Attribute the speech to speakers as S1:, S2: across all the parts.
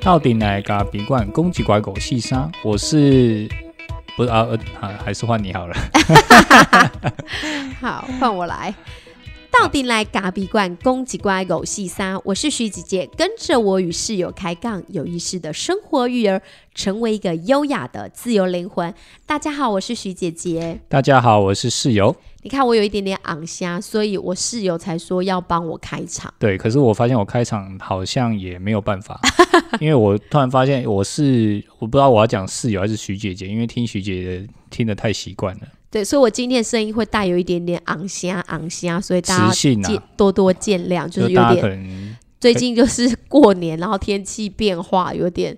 S1: 到底哪个鼻冠攻击拐狗细沙？我是不是啊？呃啊，还是换你好了。
S2: 好，换我来。到底来嘎比罐攻击乖狗细沙，我是徐姐姐，跟着我与室友开杠，有意识的生活育儿，成为一个优雅的自由灵魂。大家好，我是徐姐姐。
S1: 大家好，我是室友。
S2: 你看我有一点点昂虾，所以我室友才说要帮我开场。
S1: 对，可是我发现我开场好像也没有办法， 因为我突然发现我是我不知道我要讲室友还是徐姐姐，因为听徐姐姐听得太习惯了，
S2: 对，所以我今天的声音会带有一点点昂虾昂虾，所以大
S1: 磁
S2: 家
S1: 性
S2: 见
S1: 啊，
S2: 多多见谅，就是有
S1: 大家可
S2: 点
S1: 能
S2: 最近就是过年，然后天气变化，有点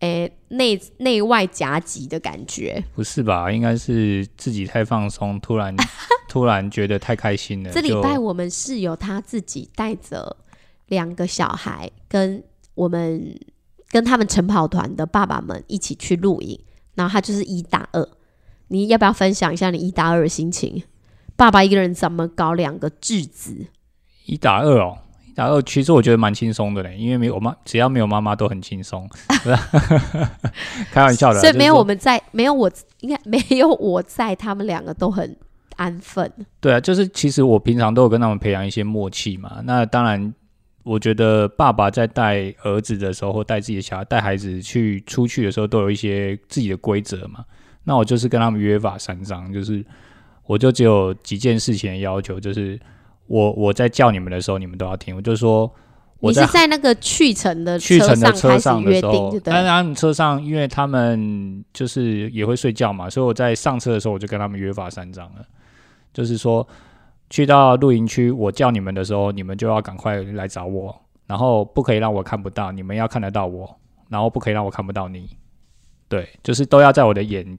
S2: 诶内内外夹击的感觉。
S1: 不是吧？应该是自己太放松，突 然突然觉得太开心了。
S2: 这礼
S1: 就
S2: 拜我们室友他自己带着两个小孩，跟我们跟他们晨跑团的爸爸们一起去露营，然后他就是一打二。你要不要分享一下你一打二的心情？爸爸一个人怎么搞两个稚子？
S1: 一打二哦，一打二其实我觉得蛮轻松的嘞，因为没有我妈，只要没有妈妈都很轻松， 不是开玩笑的啦。啊
S2: 所
S1: 就
S2: 以
S1: 是
S2: 没有
S1: 说
S2: 我们在，没有我，应该没有我在，他们两个都很安分。
S1: 对啊，就是其实我平常都有跟他们培养一些默契嘛。那当然，我觉得爸爸在带儿子的时候，或带自己的小孩、带孩子去出去的时候，都有一些自己的规则嘛。那我就是跟他们约法三章，就是我就只有几件事情的要求，就是我我在叫你们的时候，你们都要听。我就说我
S2: 你是
S1: 在
S2: 在那个去程的
S1: 去程的车
S2: 车上
S1: 上
S2: 开始
S1: 的
S2: 约
S1: 时
S2: 定，
S1: 候
S2: 对，不
S1: 但是
S2: 对？
S1: 他们车上，因为他们就是也会睡觉嘛，所以我在上车的时候我就跟他们约法三章了，就是说去到露营区，我叫你们的时候，你们就要赶快来找我，然后不可以让我看不到，你们要看得到我，然后不可以让我看不到你，对，就是都要在我的眼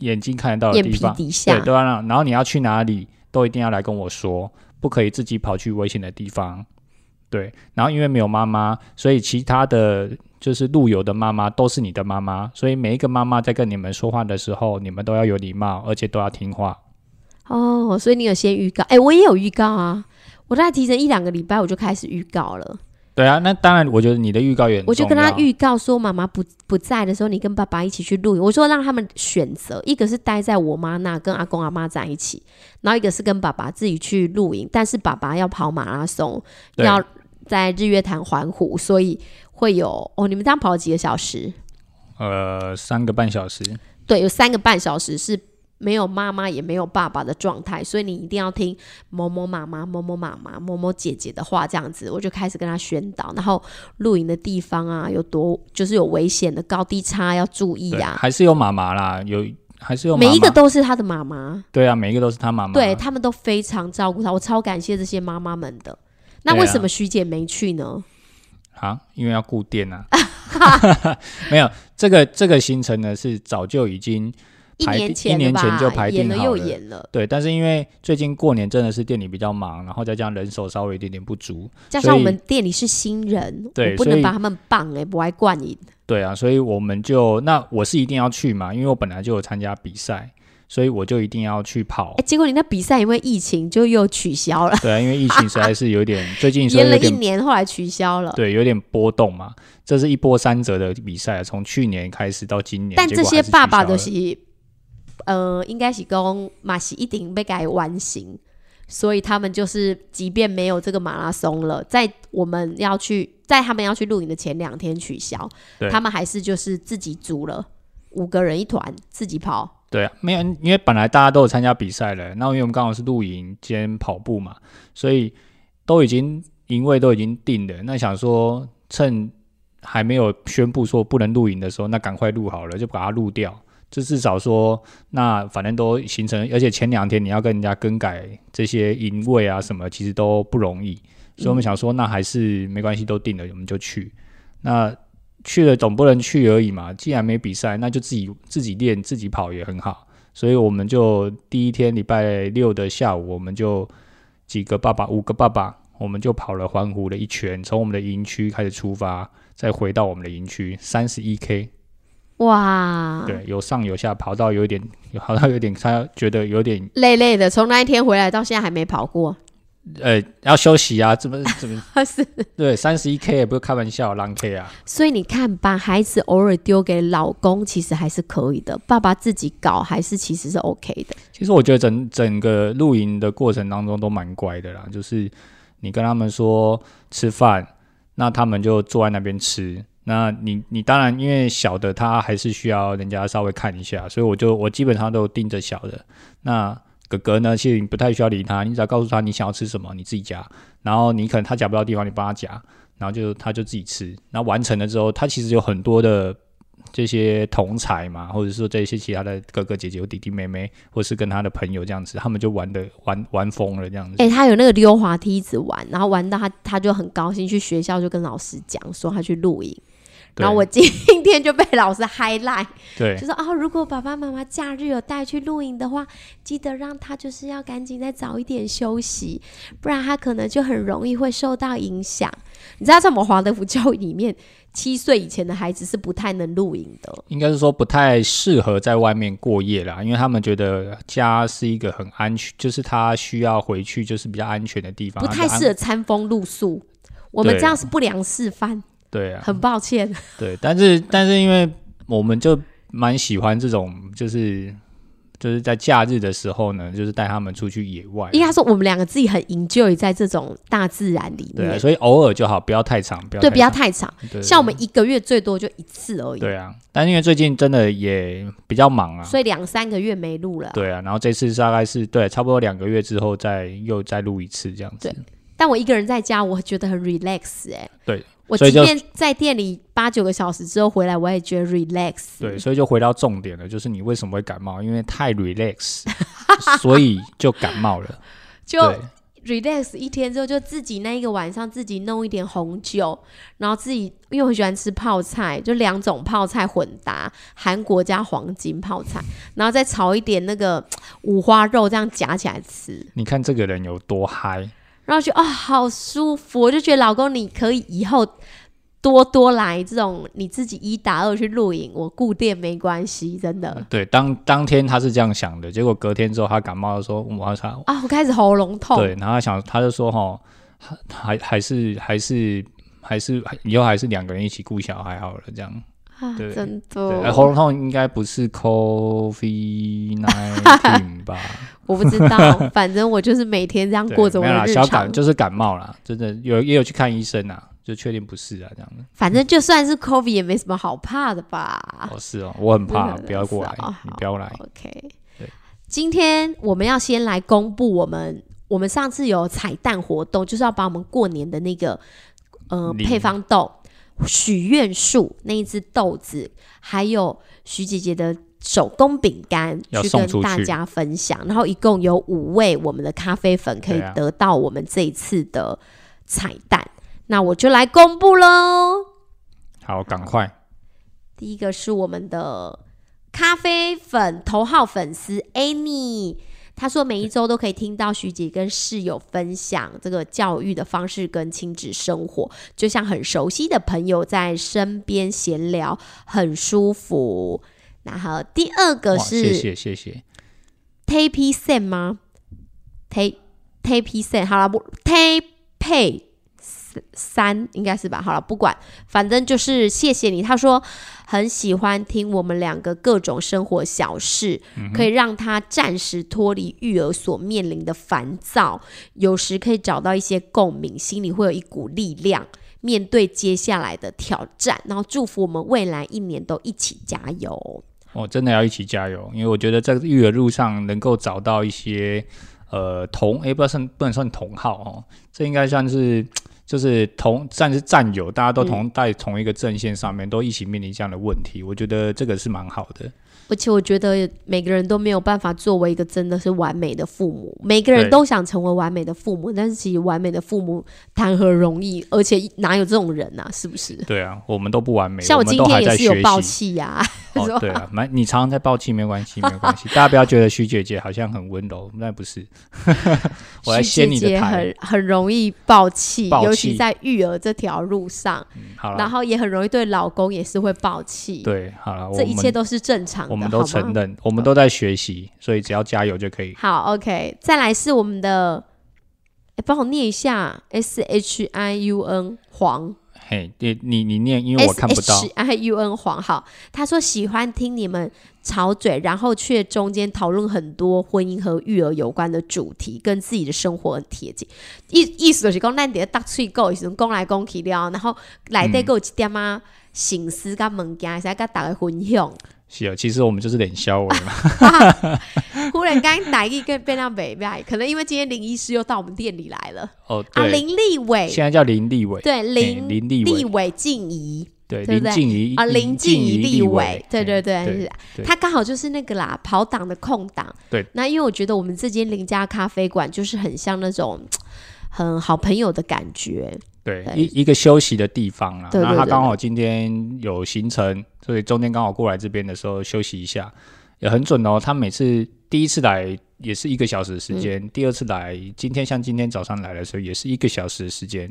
S1: 眼睛看得到的
S2: 眼
S1: 地
S2: 皮
S1: 方，
S2: 底下
S1: 对，都要让，然后你要去哪里都一定要来跟我说，不可以自己跑去危险的地方。对，然后因为没有妈妈，所以其他的就是路友的妈妈都是你的妈妈，所以每一个妈妈在跟你们说话的时候，你们都要有礼貌，而且都要听话。
S2: 哦，所以你有先预告，哎、我也有预告啊，我大概提前一两个礼拜我就开始预告了，
S1: 对啊，那当然，我觉得你的预告也很
S2: 我就跟
S1: 重
S2: 他
S1: 要
S2: 预告说，妈妈不不在的时候，你跟爸爸一起去露营。我说让他们选择，一个是待在我妈那跟阿公阿妈在一起，然后一个是跟爸爸自己去露营，但是爸爸要跑马拉松，
S1: 对
S2: 要在日月潭环湖，所以会有哦，你们这样跑了几个小时？
S1: 呃三个半小时，
S2: 对，有三个半小时是没有妈妈也没有爸爸的状态，所以你一定要听某某妈妈、某某妈妈、某某姐姐的话，这样子，我就开始跟他宣导，然后露营的地方啊，有多就是有危险的高低差要注意
S1: 对，
S2: 啊，
S1: 还是有妈妈啦，有还是有妈妈
S2: 每一个都是他的妈妈，
S1: 对啊，每一个都是他妈妈。
S2: 对他们都非常照顾他，我超感谢这些妈妈们的。那
S1: 对啊
S2: 为什么徐姐没去呢？
S1: 啊，因为要顾店 啊。 没有这个这个行程呢，是早就已经
S2: 一
S1: 排
S2: 年
S1: 定
S2: 前
S1: 一年
S2: 了
S1: 前就
S2: 吧
S1: 排
S2: 演
S1: 定
S2: 了
S1: 好
S2: 又
S1: 了
S2: 演了，
S1: 对，但是因为最近过年真的是店里比较忙，然后再加上人手稍微有一点点不足，
S2: 加
S1: 所
S2: 上我
S1: 以
S2: 们店里是新人，
S1: 对
S2: 我不
S1: 所
S2: 能
S1: 以
S2: 把他们棒哎、不爱惯你。
S1: 对啊，所以我们就那我是一定要去嘛，因为我本来就有参加比赛，所以我就一定要去跑
S2: 哎、。结果你那比赛因为疫情就又取消了，
S1: 对啊，因为疫情实在是有点最近说
S2: 延了
S1: 有
S2: 一
S1: 点
S2: 年，后来取消了。
S1: 对有点波动嘛，这是一波三折的比赛，啊从去年开始到今年，
S2: 但
S1: 结
S2: 这
S1: 果
S2: 些
S1: 还是
S2: 爸
S1: 取
S2: 爸
S1: 消
S2: 的
S1: 了
S2: 是，呃，应该是讲马是一定被改完形，所以他们就是即便没有这个马拉松了，在我们要去，在他们要去露营的前两天取消
S1: 对，
S2: 他们还是就是自己组了五个人一团自己跑。
S1: 对啊，没有，因为本来大家都有参加比赛了，那因为我们刚好是露营兼跑步嘛，所以都已经营位都已经定了。那想说趁还没有宣布说不能露营的时候，那赶快录好了，就把它录掉。就至少说，那反正都形成，而且前两天你要跟人家更改这些营位啊什么，其实都不容易。所以我们想说，那还是没关系，都定了，我们就去。那去了总不能去而已嘛，既然没比赛，那就自己自己练自己跑也很好。所以我们就第一天礼拜六的下午，我们就几个爸爸五个爸爸，我们就跑了环湖的一圈，从我们的营区开始出发，再回到我们的营区三十一 K，
S2: 哇，
S1: 对，有上有下，跑到有 点，跑到有点，他觉得有点
S2: 累累的，从那一天回来到现在还没跑过。
S1: 呃，要休息啊，怎么 怎么
S2: 是，
S1: 对，三十一 K 也不是开玩笑，狼 K 啊，
S2: 所以你看，把孩子偶尔丢给老公，其实还是可以的。爸爸自己搞还是其实是 OK 的。
S1: 其实我觉得整整个露营的过程当中都蛮乖的啦，就是你跟他们说吃饭，那他们就坐在那边吃。那你你当然因为小的他还是需要人家稍微看一下，所以我就我基本上都盯着小的。那哥哥呢，其实你不太需要理他，你只要告诉他你想要吃什么，你自己夹。然后你可能他夹不到地方，你帮他夹，然后就他就自己吃。那完成了之后，他其实有很多的这些同才嘛，或者说这些其他的哥哥姐姐、或弟弟妹妹，或是跟他的朋友这样子，他们就玩的玩玩疯了这样子。
S2: 哎、他有那个溜滑梯一直玩，然后玩到他他就很高兴，去学校就跟老师讲说他去露营。
S1: 对
S2: 然后我今今天就被老师 highlight，
S1: 对
S2: 就说啊、如果爸爸妈妈假日有带去露营的话，记得让他就是要赶紧再早一点休息，不然他可能就很容易会受到影响。你知道，在我们华德福教育里面，七岁以前的孩子是不太能露营的。哦
S1: 应该是说不太适合在外面过夜啦，因为他们觉得家是一个很安全，就是他需要回去就是比较安全的地方，
S2: 不太
S1: 他啊就
S2: 适
S1: 安。
S2: 合餐风露宿。我们
S1: 对
S2: 这样是不良示范，
S1: 对啊，
S2: 很抱歉。
S1: 对，但是但是因为我们就蛮喜欢这种，就是就是在假日的时候呢，就是带他们出去野外啊，
S2: 应该说我们两个自己很 enjoy 在这种大自然里
S1: 对啊，
S2: 面，
S1: 所以偶尔就好，不要太长，不要
S2: 对，
S1: 太
S2: 不要
S1: 长
S2: 太长。
S1: 对
S2: 像我们一个月最多就一次而已，
S1: 对啊，但因为最近真的也比较忙啊，
S2: 所以两三个月没录了。
S1: 对啊，然后这次大概是对，差不多两个月之后再又再录一次这样子
S2: 对，但我一个人在家，我觉得很 relax 哎、
S1: 对，
S2: 我
S1: 所以
S2: 即
S1: 就
S2: 便在店里八九个小时之后回来，我也觉得 relax。
S1: 对，，所以就回到重点了，就是你为什么会感冒？因为太 relax，所以就感冒了。
S2: 就
S1: 对
S2: relax 一天之后，就自己那一个晚上自己弄一点红酒，然后自己因为我很喜欢吃泡菜，就两种泡菜混搭，韩国加黄金泡菜，然后再炒一点那个五花肉，这样夹起来吃，
S1: 你看这个人有多嗨，
S2: 然后就哦好舒服，我就觉得老公你可以以后。多多来这种你自己一打二去露营，我固定没关系，真的
S1: 对，当当天他是这样想的，结果隔天之后他感冒的时候，我他
S2: 啊！我开始喉咙痛，
S1: 对，然后他想他就说哈，还还是还是还是以后还是两个人一起顾小孩好了，这样。
S2: 啊，
S1: 对
S2: 真
S1: 对，呃
S2: 的，
S1: 喉咙痛应该不是 COVID nineteen 吧？
S2: 我不知 道，反正我就是每天这样
S1: 对
S2: 过着我
S1: 没有
S2: 的
S1: 啦，
S2: 日
S1: 小
S2: 常
S1: 感。就是感冒啦，真的有也有去看医生啊，就确定不是啊，这样子。
S2: 反正就算是 COVID 也没什么好怕的吧。
S1: 哦，是哦，我很怕，
S2: 真的
S1: 不要过
S2: 是
S1: 来
S2: 哦，
S1: 你
S2: 好
S1: 不要来。
S2: OK，
S1: 对
S2: 今天我们要先来公布我们我们上次有彩蛋活动，就是要把我们过年的那个呃
S1: 礼
S2: 配方豆、许愿树那一只豆子，还有徐姐姐的。手工饼干
S1: 要
S2: 去
S1: 送
S2: 跟
S1: 出去
S2: 大家分享，然后一共有五位我们的咖啡粉可以
S1: 对啊
S2: 得到我们这一次的彩蛋，那我就来公布喽。
S1: 好，赶快。
S2: 第一个是我们的咖啡粉头号粉丝 Annie，她说每一周都可以听到徐姐跟室友分享这个教育的方式跟亲子生活，就像很熟悉的朋友在身边闲聊，很舒服。然后第二个
S1: 哇，谢
S2: 是
S1: 谢谢谢。
S2: Tapey Sen 吗？Tay Tapey Sen 好了，不 Tapey 三应该是吧？好了，不管，反正就是谢谢你。他说很喜欢听我们两个各种生活小事，可以让他暂时脱离育儿所面临的烦躁，有时可以找到一些共鸣，心里会有一股力量。面对接下来的挑战，然后祝福我们未来一年都一起加油。
S1: 我、哦真的要一起加油，因为我觉得在育儿路上能够找到一些呃同，诶，不要算不能算同好哦，这应该算是就是同算是战友，大家
S2: 嗯
S1: 都同在同一个阵线上面，都一起面临这样的问题，我觉得这个是蛮好的。
S2: 而且我觉得每个人都没有办法作为一个真的是完美的父母，每个人
S1: 对
S2: 都想成为完美的父母，但是其实完美的父母谈何容易？而且哪有这种人啊？是不是？
S1: 对啊，我们都不完美，
S2: 像
S1: 我们
S2: 今
S1: 都还
S2: 天也
S1: 在
S2: 是有
S1: 学
S2: 爆
S1: 习。
S2: 气呀、
S1: 哦，对啊，蛮你常常在爆气，没关系，没关系，大家不要觉得徐姐姐好像很温柔，那不是， 我来
S2: 徐
S1: 掀
S2: 姐
S1: 你的
S2: 姐
S1: 台
S2: 很。很容易爆气，
S1: 爆气
S2: 尤其在育儿这条路上，
S1: 嗯好
S2: 然
S1: 了，
S2: 后也很容易对老公也是会爆气。
S1: 对，好了，我
S2: 这一切
S1: 们
S2: 都是正常的，
S1: 我们都
S2: 好
S1: 承
S2: 吗？
S1: 认，我们都在学习，所以只要加油就可以。
S2: 好，OK，再来是我们的哎，帮我念一下 S H I U N 黄
S1: 嘿，你你你念，因为我
S2: S
S1: 看不到
S2: H。I U N 黄好，他说喜欢听你们吵嘴，然后却中间讨论很多婚姻和育儿有关的主题，跟自己的生活很贴近。意意思就是讲，咱伫咧搭喙讲的时阵，讲来讲去了，然后内底佫有一点啊心思甲物件，会使甲大家分享。
S1: 是哦，其实我们就是冷笑而已嘛。
S2: 忽然间哪一个变到北派，可能因为今天林医师又到我们店里来了
S1: 哦，
S2: 啊，
S1: 对，
S2: 林立伟，
S1: 现在叫林立伟，
S2: 对，林
S1: 林立
S2: 立
S1: 伟，
S2: 伟静怡
S1: 对，
S2: 对
S1: 林
S2: 不对
S1: 静怡
S2: 啊，林静怡
S1: 怡
S2: 立
S1: 伟
S2: 伟，，对对对，
S1: 对
S2: 是啊
S1: 对
S2: 他刚好就是那个啦，跑党的空档。
S1: 对，
S2: 那因为我觉得我们这间林家咖啡馆就是很像那种。很好朋友的感觉，
S1: 对
S2: 对
S1: 一一个休息的地方啦。
S2: 对对
S1: 那他
S2: 对
S1: 刚好今天有行程，所以中间刚好过来这边的时候休息一下，也很准哦。他每次第一次来也是一个小时的时
S2: 嗯
S1: 间，第二次来今天像今天早上来的时候也是一个小时的时间，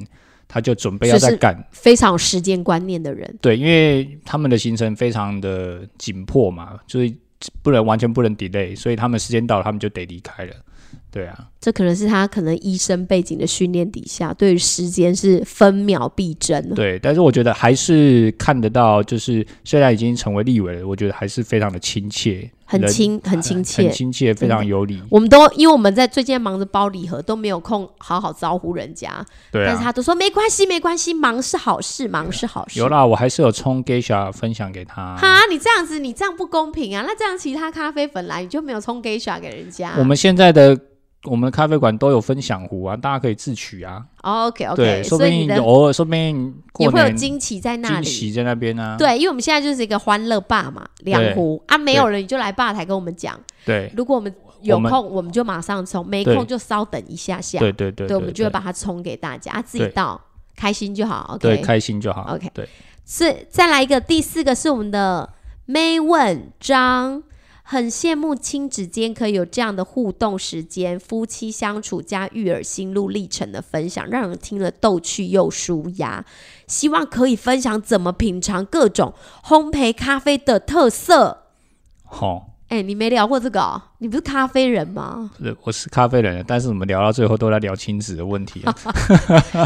S1: 他就准备要
S2: 所
S1: 再
S2: 以是
S1: 赶
S2: 非常有时间观念的人，
S1: 对，因为他们的行程非常的紧迫嘛，所以不能完全不能 delay，所以他们时间到了，他们就得离开了。对啊，
S2: 这可能是他可能医生背景的训练底下，对于时间是分秒必争的。
S1: 对，但是我觉得还是看得到，就是虽然已经成为立委了，我觉得还是非常的亲切，
S2: 很
S1: 人
S2: 亲很亲切
S1: 很，亲切，非常有礼。
S2: 我们都因为我们在最近忙着包礼盒，都没有空好好招呼人家，
S1: 对
S2: 但是
S1: 啊，
S2: 他都说没关系没关系，忙是好事，忙是好事。
S1: 有啦，我还是有冲 Geisha 分享给他。
S2: 哈，你这样子，你这样不公平啊！那这样其他咖啡粉来，你就没有冲 g e 给人家。
S1: 我们现在的我们的咖啡馆都有分享壶啊，大家可以自取啊。
S2: OK
S1: 对，
S2: OK，
S1: 说
S2: 所
S1: 不
S2: 以你
S1: 定
S2: 的
S1: 偶尔，说不定
S2: 也
S1: 过
S2: 会有
S1: 年
S2: 惊奇在那
S1: 惊
S2: 里。
S1: 喜在那边啊。
S2: 对，因为我们现在就是一个欢乐霸嘛，两壶啊，没有人你就来吧台跟我们讲。
S1: 对
S2: 如果我们有
S1: 我们
S2: 空，我们就马上冲；没
S1: 对
S2: 空就稍等一下下。
S1: 对对对
S2: 对，我们就会把它冲给大家，啊自己
S1: 对
S2: 倒，开心就好。
S1: 对
S2: OK，
S1: 开心就好。
S2: OK
S1: 对，
S2: 是再来一个，第四个是我们的 May 问张，很羡慕亲子间可以有这样的互动时间，夫妻相处加育儿心路历程的分享，让人听了逗趣又舒压。希望可以分享怎么品尝各种烘焙咖啡的特色。
S1: 好，
S2: 哎、你没聊过这个、哦？你不是咖啡 人吗？
S1: 对我是咖啡人，但是我们聊到最后都在聊亲子的问题啊。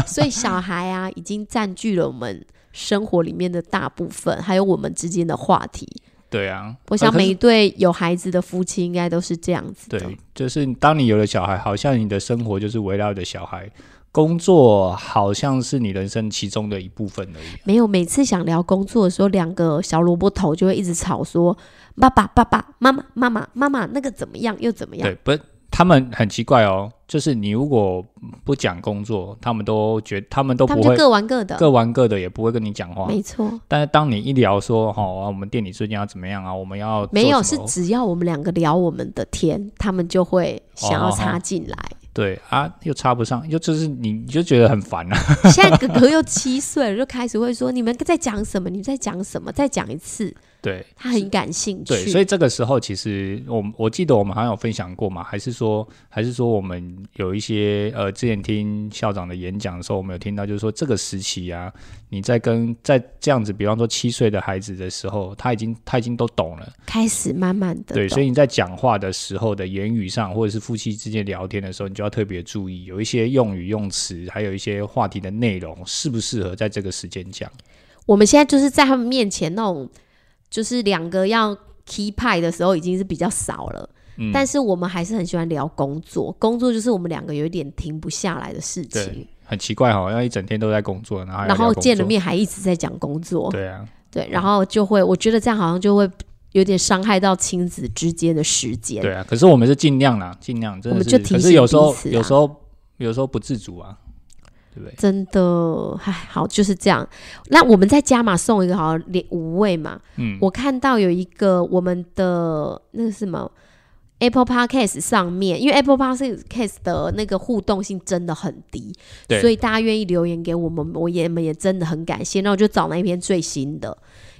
S2: 所以小孩啊，已经占据了我们生活里面的大部分，还有我们之间的话题。
S1: 对啊，
S2: 我想
S1: 呃可
S2: 每
S1: 是
S2: 一对有孩子的夫妻应该都是这样子的。
S1: 对，就是当你有了小孩，好像你的生活就是围绕着小孩，工作好像是你人生其中的一部分而已。
S2: 没有每次想聊工作的时候，两个小萝卜头就会一直吵说：“爸爸，爸爸，妈妈，妈妈，妈妈，那个怎么样又怎么样
S1: 对，不，他们很奇怪哦，就是你如果不讲工作，他们都觉他们？”都
S2: 他
S1: 不
S2: 们就
S1: 会
S2: 各玩各的，
S1: 各玩各的，也不会跟你讲话。
S2: 没错，
S1: 但是当你一聊说，哈、哦，我们店里最近要怎么样啊？我们要做
S2: 没有
S1: 什
S2: 是
S1: 么
S2: 只要我们两个聊我们的天，他们就会想要插进来。
S1: 对啊，又插不上，又就是你你就觉得很烦啊。
S2: 现在哥哥又七岁了，就开始会说：“你们在讲什么？你们在讲什么？再讲一次。
S1: 对”
S2: 他很感兴趣。
S1: 对，所以这个时候其实我们我记得我们好像有分享过嘛，还是说还是说我们有一些呃之前听校长的演讲的时候，我们有听到就是说这个时期啊，你在跟在这样子，比方说七岁的孩子的时候，他已经他已经都懂了，
S2: 开始慢慢的
S1: 对，所以你在讲话的时候的言语上，或者是夫妻之间聊天的时候，你就要特别注意，有一些用语用词，还有一些话题的内容适不适合在这个时间讲。
S2: 我们现在就是在他们面前那种，就是两个要 key 派的时候已经是比较少了，
S1: 嗯
S2: 但是我们还是很喜欢聊工作，工作就是我们两个有一点停不下来的事情
S1: 对，很奇怪哦，要一整天都在工作，然后还要
S2: 然
S1: 聊
S2: 后
S1: 工
S2: 见了
S1: 作，
S2: 面还一直在讲工作，
S1: 对啊。
S2: 对，然后就会我觉得这样好像就会有点伤害到亲子之间的时间，
S1: 对啊，可是我们是尽量啦，尽量真
S2: 我
S1: 的
S2: 们
S1: 是，
S2: 就提
S1: 可
S2: 醒
S1: 是有时候
S2: 彼此啊
S1: 有时候有时候不自主啊，对不对？
S2: 真的，唉，好，就是这样。那我们在加码送一个好像连五位嘛，
S1: 嗯，
S2: 我看到有一个我们的那个是什么 Apple Podcast 上面，因为 Apple Podcast 的那个互动性真的很低，
S1: 对
S2: 所以大家愿意留言给我们，我也们也真的很感谢。那我就找那一篇最新的。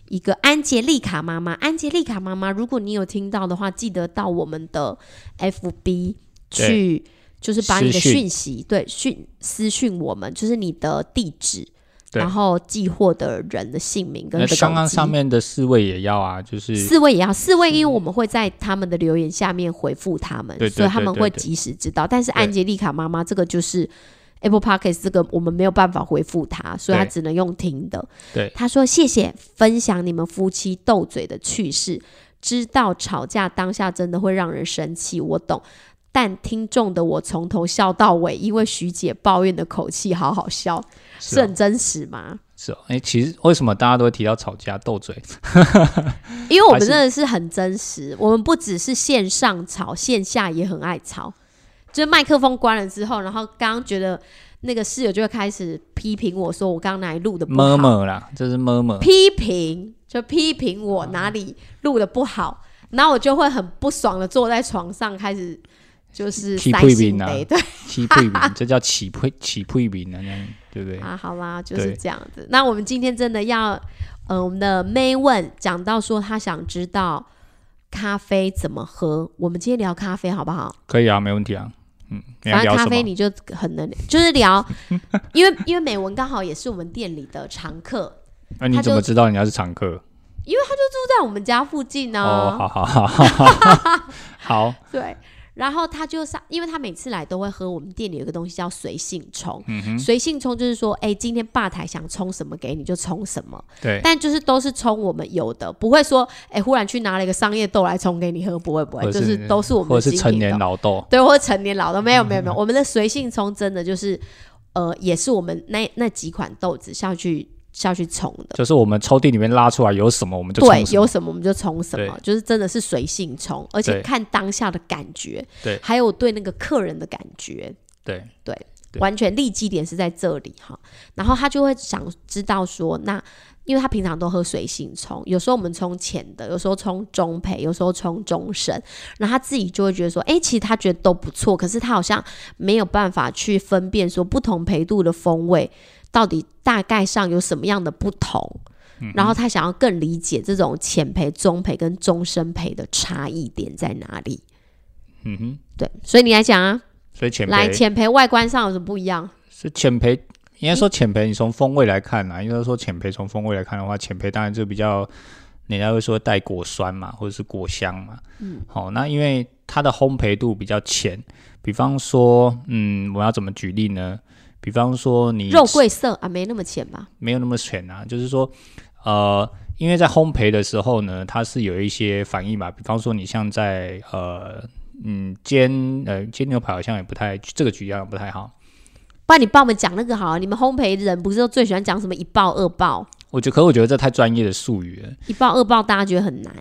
S2: 一个安杰丽卡妈妈，安杰丽卡妈妈，如果你有听到的话，记得到我们的 FB
S1: 对
S2: 去，就是把
S1: 私
S2: 你的
S1: 讯
S2: 讯息对讯私讯我们，就是你的地址，
S1: 对
S2: 然后寄货的人的姓名跟
S1: 那
S2: 手
S1: 这
S2: 机。
S1: 刚刚上面的四位也要啊，就是
S2: 四位也要，四位因为我们会在他们的留言下面回复他们，
S1: 对对
S2: 所以他们
S1: 对对
S2: 会
S1: 对
S2: 及时知道。但是安吉丽卡妈妈这个就是 Apple Podcast 这个我们没有办法回复她，所以她
S1: 对
S2: 只能用听的。
S1: 对
S2: 她说谢谢分享你们夫妻斗嘴的趣事，知道吵架当下真的会让人生气，我懂。但听众的我从头笑到尾，因为徐姐抱怨的口气好好笑，
S1: 是
S2: 是
S1: 哦
S2: 很真实吗？
S1: 是哦，哎，其实为什么大家都会提到吵架斗嘴？
S2: 因为我们
S1: 还是
S2: 真的是很真实，我们不只是线上吵，线下也很爱吵。就是麦克风关了之后，然后刚刚觉得那个室友就会开始批评我说我刚刚哪里录的不好，
S1: 么么啦，这是么 么，
S2: 批评就批评我哪里录的不好，然后我就会很不爽的坐在床上开始就是
S1: 批
S2: 塞
S1: 批
S2: 心
S1: 评啊
S2: 杯，对
S1: 起配名，这叫起配起配名啊，这样对不对？
S2: 啊，好啦，就是
S1: 对
S2: 这样子。那我们今天真的要，呃，我们的 May 问讲到说他想知道咖啡怎么喝，我们今天聊咖啡好不好？
S1: 可以啊，没问题啊。嗯，你要
S2: 反正
S1: 聊
S2: 咖
S1: 什
S2: 啡
S1: 么？
S2: 你就很能，就是聊， 因为因为美文刚好也是我们店里的常客，
S1: 那啊你
S2: 他
S1: 怎
S2: 就
S1: 么知道人家是常客？
S2: 就在我们家附近呢、
S1: 哦，好好好好好 好，
S2: 对。然后他就上，因为他每次来都会喝我们店里有一个东西叫随性冲，
S1: 嗯哼，
S2: 随性冲就是说，哎，今天吧台想冲什么给你就冲什么，
S1: 对，
S2: 但就是都是冲我们有的，不会说哎、诶忽然去拿了一个商业豆来冲给你喝，不会不会，
S1: 或
S2: 就
S1: 者
S2: 是都是我们
S1: 或者是
S2: 精
S1: 成
S2: 品
S1: 年
S2: 的，
S1: 老嗯豆，
S2: 对，或者成年老的没有没有没有，我们的随性冲真的就是呃，也是我们那那几款豆子下去下去冲的，
S1: 就是我们抽屉里面拉出来有什么我们就
S2: 对
S1: 冲，什么
S2: 有什么我们就冲什么，就是真的是随性冲，而且
S1: 对
S2: 看当下的感觉，
S1: 对
S2: 还有对那个客人的感觉，
S1: 对对
S2: 完全利基点是在这里哈。然后他就会想知道说，那因为他平常都喝水性冲，有时候我们冲浅的，有时候冲中培，有时候冲中深，然后他自己就会觉得说，诶，其实他觉得都不错，可是他好像没有办法去分辨说不同培度的风味到底大概上有什么样的不同。
S1: 嗯
S2: 然后他想要更理解这种浅培、中培跟中深培的差异点在哪里。
S1: 嗯哼，
S2: 对，所以你来讲啊，
S1: 所以浅
S2: 来
S1: 培
S2: 浅培外观上有什么不一样？
S1: 是浅培，应该
S2: 嗯
S1: 说浅培，你从风味来看啊，应该说浅培从风味来看的话，浅培当然就比较，人家会说带果酸嘛，或者是果香嘛。嗯，好、那因为它的烘焙度比较浅，比方说，嗯，我要怎么举例呢？比方说你
S2: 肉桂色啊，没那么浅吧？
S1: 没有那么浅啊，就是说，呃，因为在烘焙的时候呢，它是有一些反应嘛，比方说你像在呃嗯煎呃煎牛排好像也不太这个举例好像不太好，
S2: 不然你帮我们讲那个好了。你们烘焙人不是都最喜欢讲什么一爆二爆？
S1: 我觉得可我觉得这太专业的术语了，
S2: 一爆二爆大家觉得很难。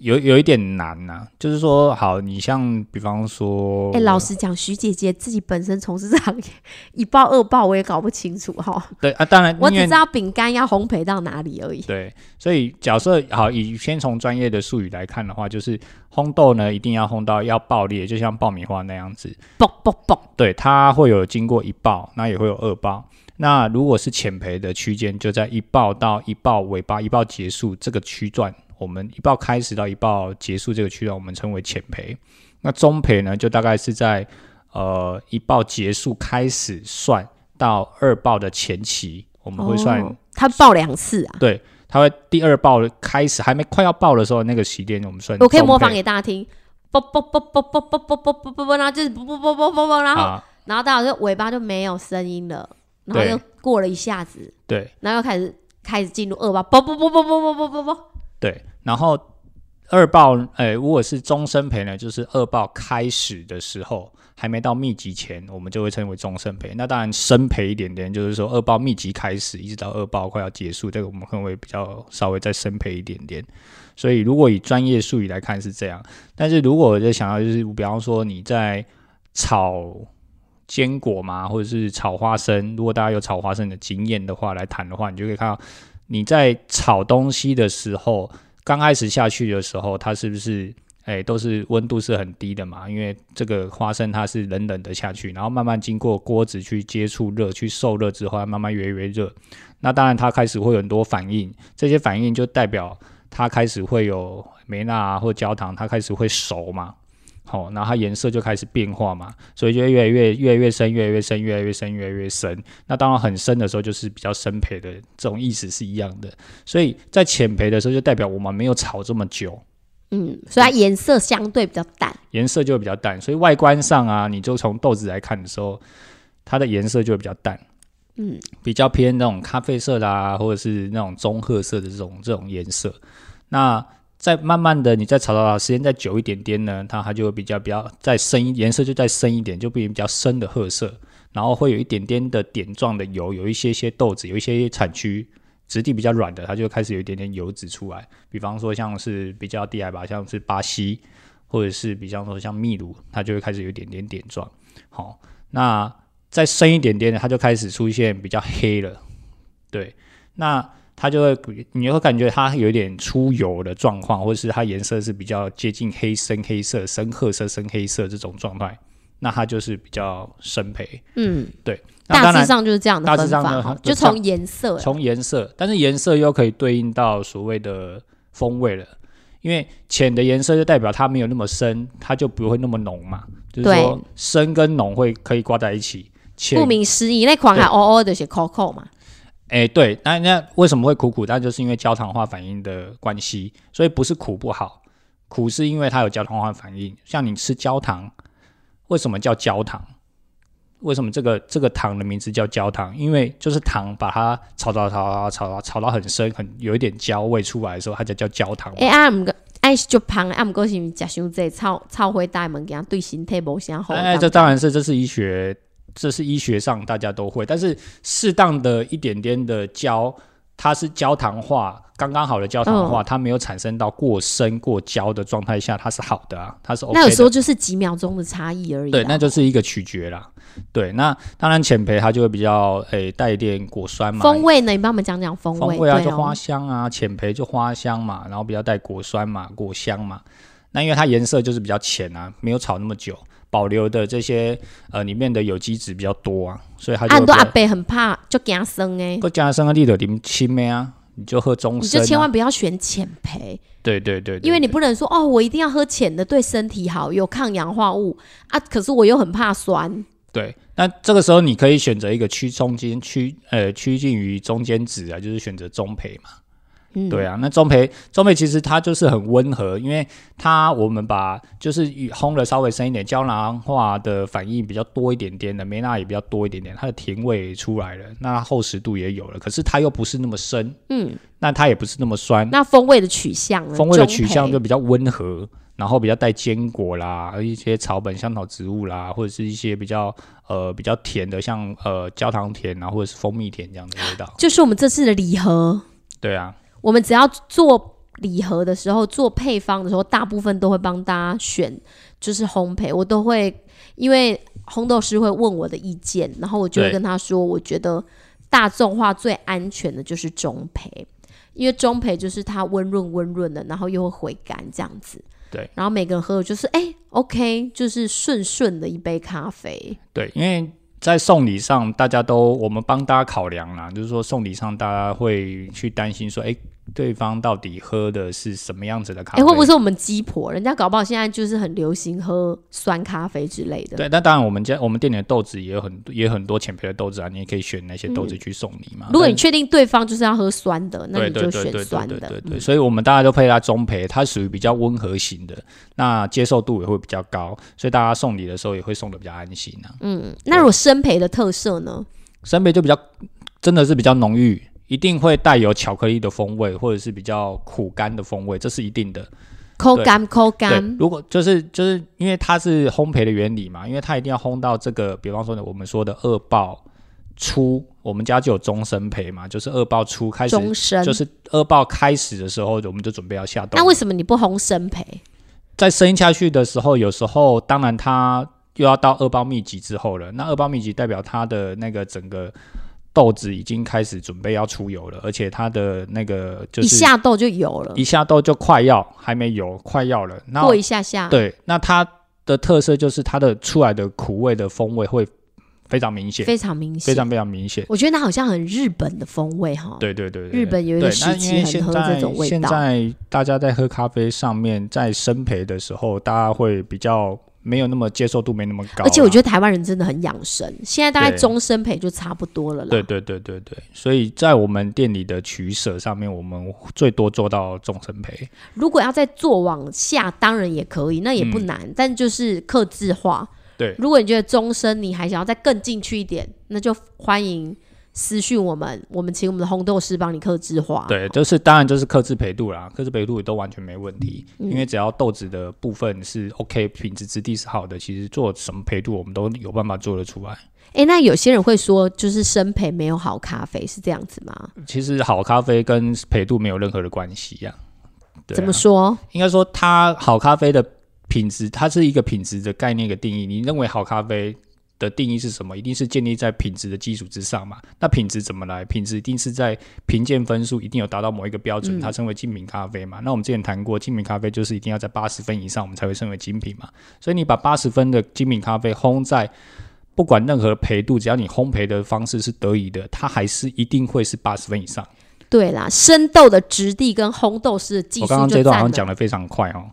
S1: 有有一点难呐、就是说，好，你像比方说，
S2: 哎、老实讲，徐姐姐自己本身从事这行业，一爆二爆我也搞不清楚哈。
S1: 对啊，当然，
S2: 我只
S1: 因为
S2: 知道饼干要烘焙到哪里而已。
S1: 对，所以假设好，以先从专业的术语来看的话，就是烘豆呢一定要烘到要爆裂，就像爆米花那样子，
S2: 嘣嘣嘣！
S1: 对，它会有经过一爆，那也会有二爆。那如果是浅培的区间，就在一爆到一爆尾巴、一爆结束这个区段，我们一爆开始到一爆结束这个区段，我们称为浅培。那中培呢，就大概是在呃一爆结束开始算到二爆的前期，我们会算、
S2: 哦它爆两次啊！
S1: 对，它会第二爆开始还没快要爆的时候，那个起点我们算中培。
S2: 我可以模仿给大家听。啵啵啵啵啵啵啵啵啵啵啵，然后就是啵啵啵啵啵啵，然后、
S1: 啊，
S2: 然后到就尾巴就没有声音了，然后
S1: 对
S2: 又过了一下子，
S1: 对。
S2: 然后又开始开始进入二爆，啵啵啵啵啵啵啵啵啵。
S1: 对，然后二报，呃，如果是终身赔呢，就是二报开始的时候还没到密集前，我们就会称为终身赔。那当然深赔一点点，就是说二报密集开始一直到二报快要结束，这个我们可能会比较稍微再深赔一点点。所以如果以专业术语来看是这样，但是如果我就想要就是，比方说你在炒。坚果嘛，或者是炒花生，如果大家有炒花生的经验的话来谈的话，你就可以看到你在炒东西的时候，刚开始下去的时候，它是不是哎、都是温度是很低的嘛？因为这个花生它是冷冷的下去，然后慢慢经过锅子去接触热、去受热之后，它慢慢越来越热。那当然它开始会有很多反应，这些反应就代表它开始会有梅纳啊或焦糖，它开始会熟嘛。好、然后它颜色就开始变化嘛，所以就越来越越来越深，越来越深，越来越深，越来越深。那当然很深的时候就是比较深培的这种意思是一样的，所以在浅培的时候就代表我们没有炒这么久，
S2: 嗯，所以它颜色相对比较淡，
S1: 颜色就会比较淡，所以外观上啊，你就从豆子来看的时候，它的颜色就会比较淡，
S2: 嗯，
S1: 比较偏那种咖啡色的啊，或者是那种棕褐色的这种这种颜色。那再慢慢的，你再炒到时间再久一点点呢，它它就会比较比较再深一，颜色就再深一点，就变比较深的褐色，然后会有一点点的点状的油，有一些些豆子，有一些产区质地比较软的，它就开始有一点点油脂出来。比方说像是比较低海拔，像是巴西，或者是比方说像秘鲁，它就会开始有一点点点状。好，那再深一点点的，它就开始出现比较黑了。对，那它就会，你会感觉它有一点出油的状况，或者是它颜色是比较接近黑深黑色、深褐色、深黑色这种状态，那它就是比较深培。
S2: 嗯，
S1: 对，那
S2: 大
S1: 当
S2: 致
S1: 然
S2: 上就是这样的
S1: 大致
S2: 分
S1: 上
S2: 法
S1: 呢
S2: 哈，
S1: 就
S2: 就从颜色，啊
S1: 从颜色，但是颜色又可以对应到所谓的风味了，因为浅的颜色就代表它没有那么深，它就不会那么浓嘛。就是
S2: 对
S1: 说深跟浓会可以挂在一起。浅
S2: 顾名思义，那款还
S1: 对
S2: 哦哦的写 Coco 嘛，
S1: 哎、对，那那为什么会苦苦？那就是因为焦糖化反应的关系，所以不是苦不好，苦是因为它有焦糖化反应。像你吃焦糖，为什么叫焦糖？为什么这个这个糖的名字叫焦糖？因为就是糖把它炒炒炒炒炒炒炒到很深，很有一点焦味出来的时候，它就叫焦糖嘛。
S2: 哎啊，毋过爱是就芳，啊毋过是毋食伤济臭臭灰带物件对身体无啥好。
S1: 哎，这当然是这是医学，这是医学上大家都会，但是适当的一点点的焦，它是焦糖化，刚刚好的焦糖
S2: 嗯
S1: 化，它没有产生到过深过焦的状态下，它是好的啊，它是 OK
S2: 那有时
S1: 的。
S2: 候就是几秒钟的差异而已啊。
S1: 对，那就是一个取决啦。对，那当然浅培它就会比较诶带一点果酸嘛，
S2: 风味呢？你帮我们讲讲风
S1: 风
S2: 味。
S1: 味啊，
S2: 对
S1: 就
S2: 哦
S1: 花香啊，浅培就花香嘛，然后比较带果酸嘛，果香嘛。那因为它颜色就是比较浅啊，没有炒那么久，保留的这些呃里面的有机质比较多啊，所以它就
S2: 啊，
S1: 会
S2: 很
S1: 比
S2: 多
S1: 较。
S2: 阿伯很怕，就惊生哎，
S1: 再加上个力的零七妹啊，你就喝中
S2: 你
S1: 深、
S2: 就
S1: 啊，
S2: 千万不要选浅培，
S1: 对对对对
S2: 因为你不能说哦，我一定要喝浅的，对身体好，有抗氧化物啊。可是我又很怕酸，
S1: 对，那这个时候你可以选择一个趋中间趋呃趋近于中间值啊，就是选择中培嘛。
S2: 嗯，
S1: 对啊，那中培中培其实它就是很温和，因为它我们把就是烘的稍微深一点，胶囊化的反应比较多一点点的，梅纳也比较多一点点，它的甜味也出来了，那它厚实度也有了，可是它又不是那么深，
S2: 嗯，
S1: 那它也不是那么酸，
S2: 那风味的取向呢？
S1: 风味的
S2: 呃中
S1: 取向
S2: 培
S1: 就比较温和，然后比较带坚果啦，一些草本香草植物啦，或者是一些比较呃比较甜的，像呃焦糖甜啊，或者是蜂蜜甜这样的味道。
S2: 就是我们这次的礼盒，
S1: 对啊，
S2: 我们只要做礼盒的时候，做配方的时候，大部分都会帮大家选，就是烘焙，我都会因为烘豆师会问我的意见，然后我就会
S1: 对
S2: 跟他说，我觉得大众化最安全的就是中焙，因为中焙就是它温润温润的，然后又会回甘这样子。
S1: 对，
S2: 然后每个人喝的就是哎、OK，就是顺顺的一杯咖啡。
S1: 对，因为在送礼上，大家都我们帮大家考量啦，就是说送礼上大家会去担心说，哎，对方到底喝的是什么样子的咖
S2: 哎、
S1: 啡？
S2: 会不会是我们鸡婆？人家搞不好现在就是很流行喝酸咖啡之类的。
S1: 对，那当然，我们家我们店里的豆子也有很多，也有很多浅焙的豆子啊，你也可以选那些豆
S2: 嗯
S1: 子去送礼嘛。
S2: 如果
S1: 啊但
S2: 你确定对方就是要喝酸的，那
S1: 对
S2: 你
S1: 对
S2: 就
S1: 对
S2: 选
S1: 对
S2: 酸
S1: 对对
S2: 的。嗯
S1: 对，所以我们大家都配它中培，它属于比较温和型的，那接受度也会比较高，所以大家送礼的时候也会送的比较安心啊。
S2: 嗯，那如果生培的特色呢？
S1: 生培就比较真的是比较浓郁，一定会带有巧克力的风味，或者是比较苦甘的风味，这是一定的。
S2: 口干口干
S1: 对，，如果就是就是因为它是烘焙的原理嘛，因为它一定要烘到这个，比方说呢，我们说的二爆初，我们家就有中生培嘛，就是二爆初开始。
S2: 终身。
S1: 就是二爆开始的时候，我们就准备要下豆了。
S2: 那为什么你不红生培？
S1: 在深下去的时候，有时候当然它又要到二包密集之后了。那二包密集代表它的那个整个豆子已经开始准备要出油了，而且它的那个就
S2: 一
S1: 是
S2: 下豆就有了
S1: 一，下豆就快要还没油，快要了。那
S2: 过一下下。
S1: 对，那它的特色就是它的出来的苦味的风味会非常明显，
S2: 非常明显
S1: 非。常非常明显。
S2: 我觉得那好像很日本的风味哈。，
S1: 对对对对，
S2: 日本有一个
S1: 对，
S2: 时
S1: 那因
S2: 期
S1: 为
S2: 很
S1: 现
S2: 喝
S1: 在
S2: 这种味
S1: 现
S2: 道。
S1: 在大家在喝咖啡上面，在生培的时候，大家会比较没有那么接受度没那么高啦，
S2: 而且我觉得台湾人真的很养生，现在大概
S1: 啊对
S2: 终身培就差不多了啦。
S1: 对对对对对，所以在我们店里的取舍上面，我们最多做到众生培。
S2: 如果要再做往下，当然也可以，那也不难，但就是克制化。
S1: 嗯对
S2: 如果你觉得终身你还想要再更进去一点，那就欢迎私讯我们，我们请我们的红豆师帮你克制化。
S1: 对，就是当然就是克制培度啦，克制培度都完全没问题，
S2: 嗯
S1: 因为只要豆子的部分是 OK，品质质地是好的，其实做什么培度我们都有办法做得出来。
S2: 哎、那有些人会说，就是生培没有好咖啡，是这样子吗？
S1: 其实好咖啡跟培度没有任何的关系呀、对啊。
S2: 怎么说？
S1: 应该说它好咖啡的品质，它是一个品质的概念的定义。你认为好咖啡的定义是什么？一定是建立在品质的基础之上嘛？那品质怎么来？品质一定是在评鉴分数一定有达到某一个标准，
S2: 嗯
S1: 它称为精品咖啡嘛？那我们之前谈过，精品咖啡就是一定要在八十分以上，我们才会称为精品嘛。所以你把八十分的精品咖啡烘在。不管任何焙度，只要你烘焙的方式是得宜的，它还是一定会是八十分以上。
S2: 对啦，生豆的质地跟烘豆师的技
S1: 我
S2: 术
S1: 刚刚
S2: 就
S1: 这段好
S2: 占
S1: 像
S2: 了。
S1: 讲的非常快 哦。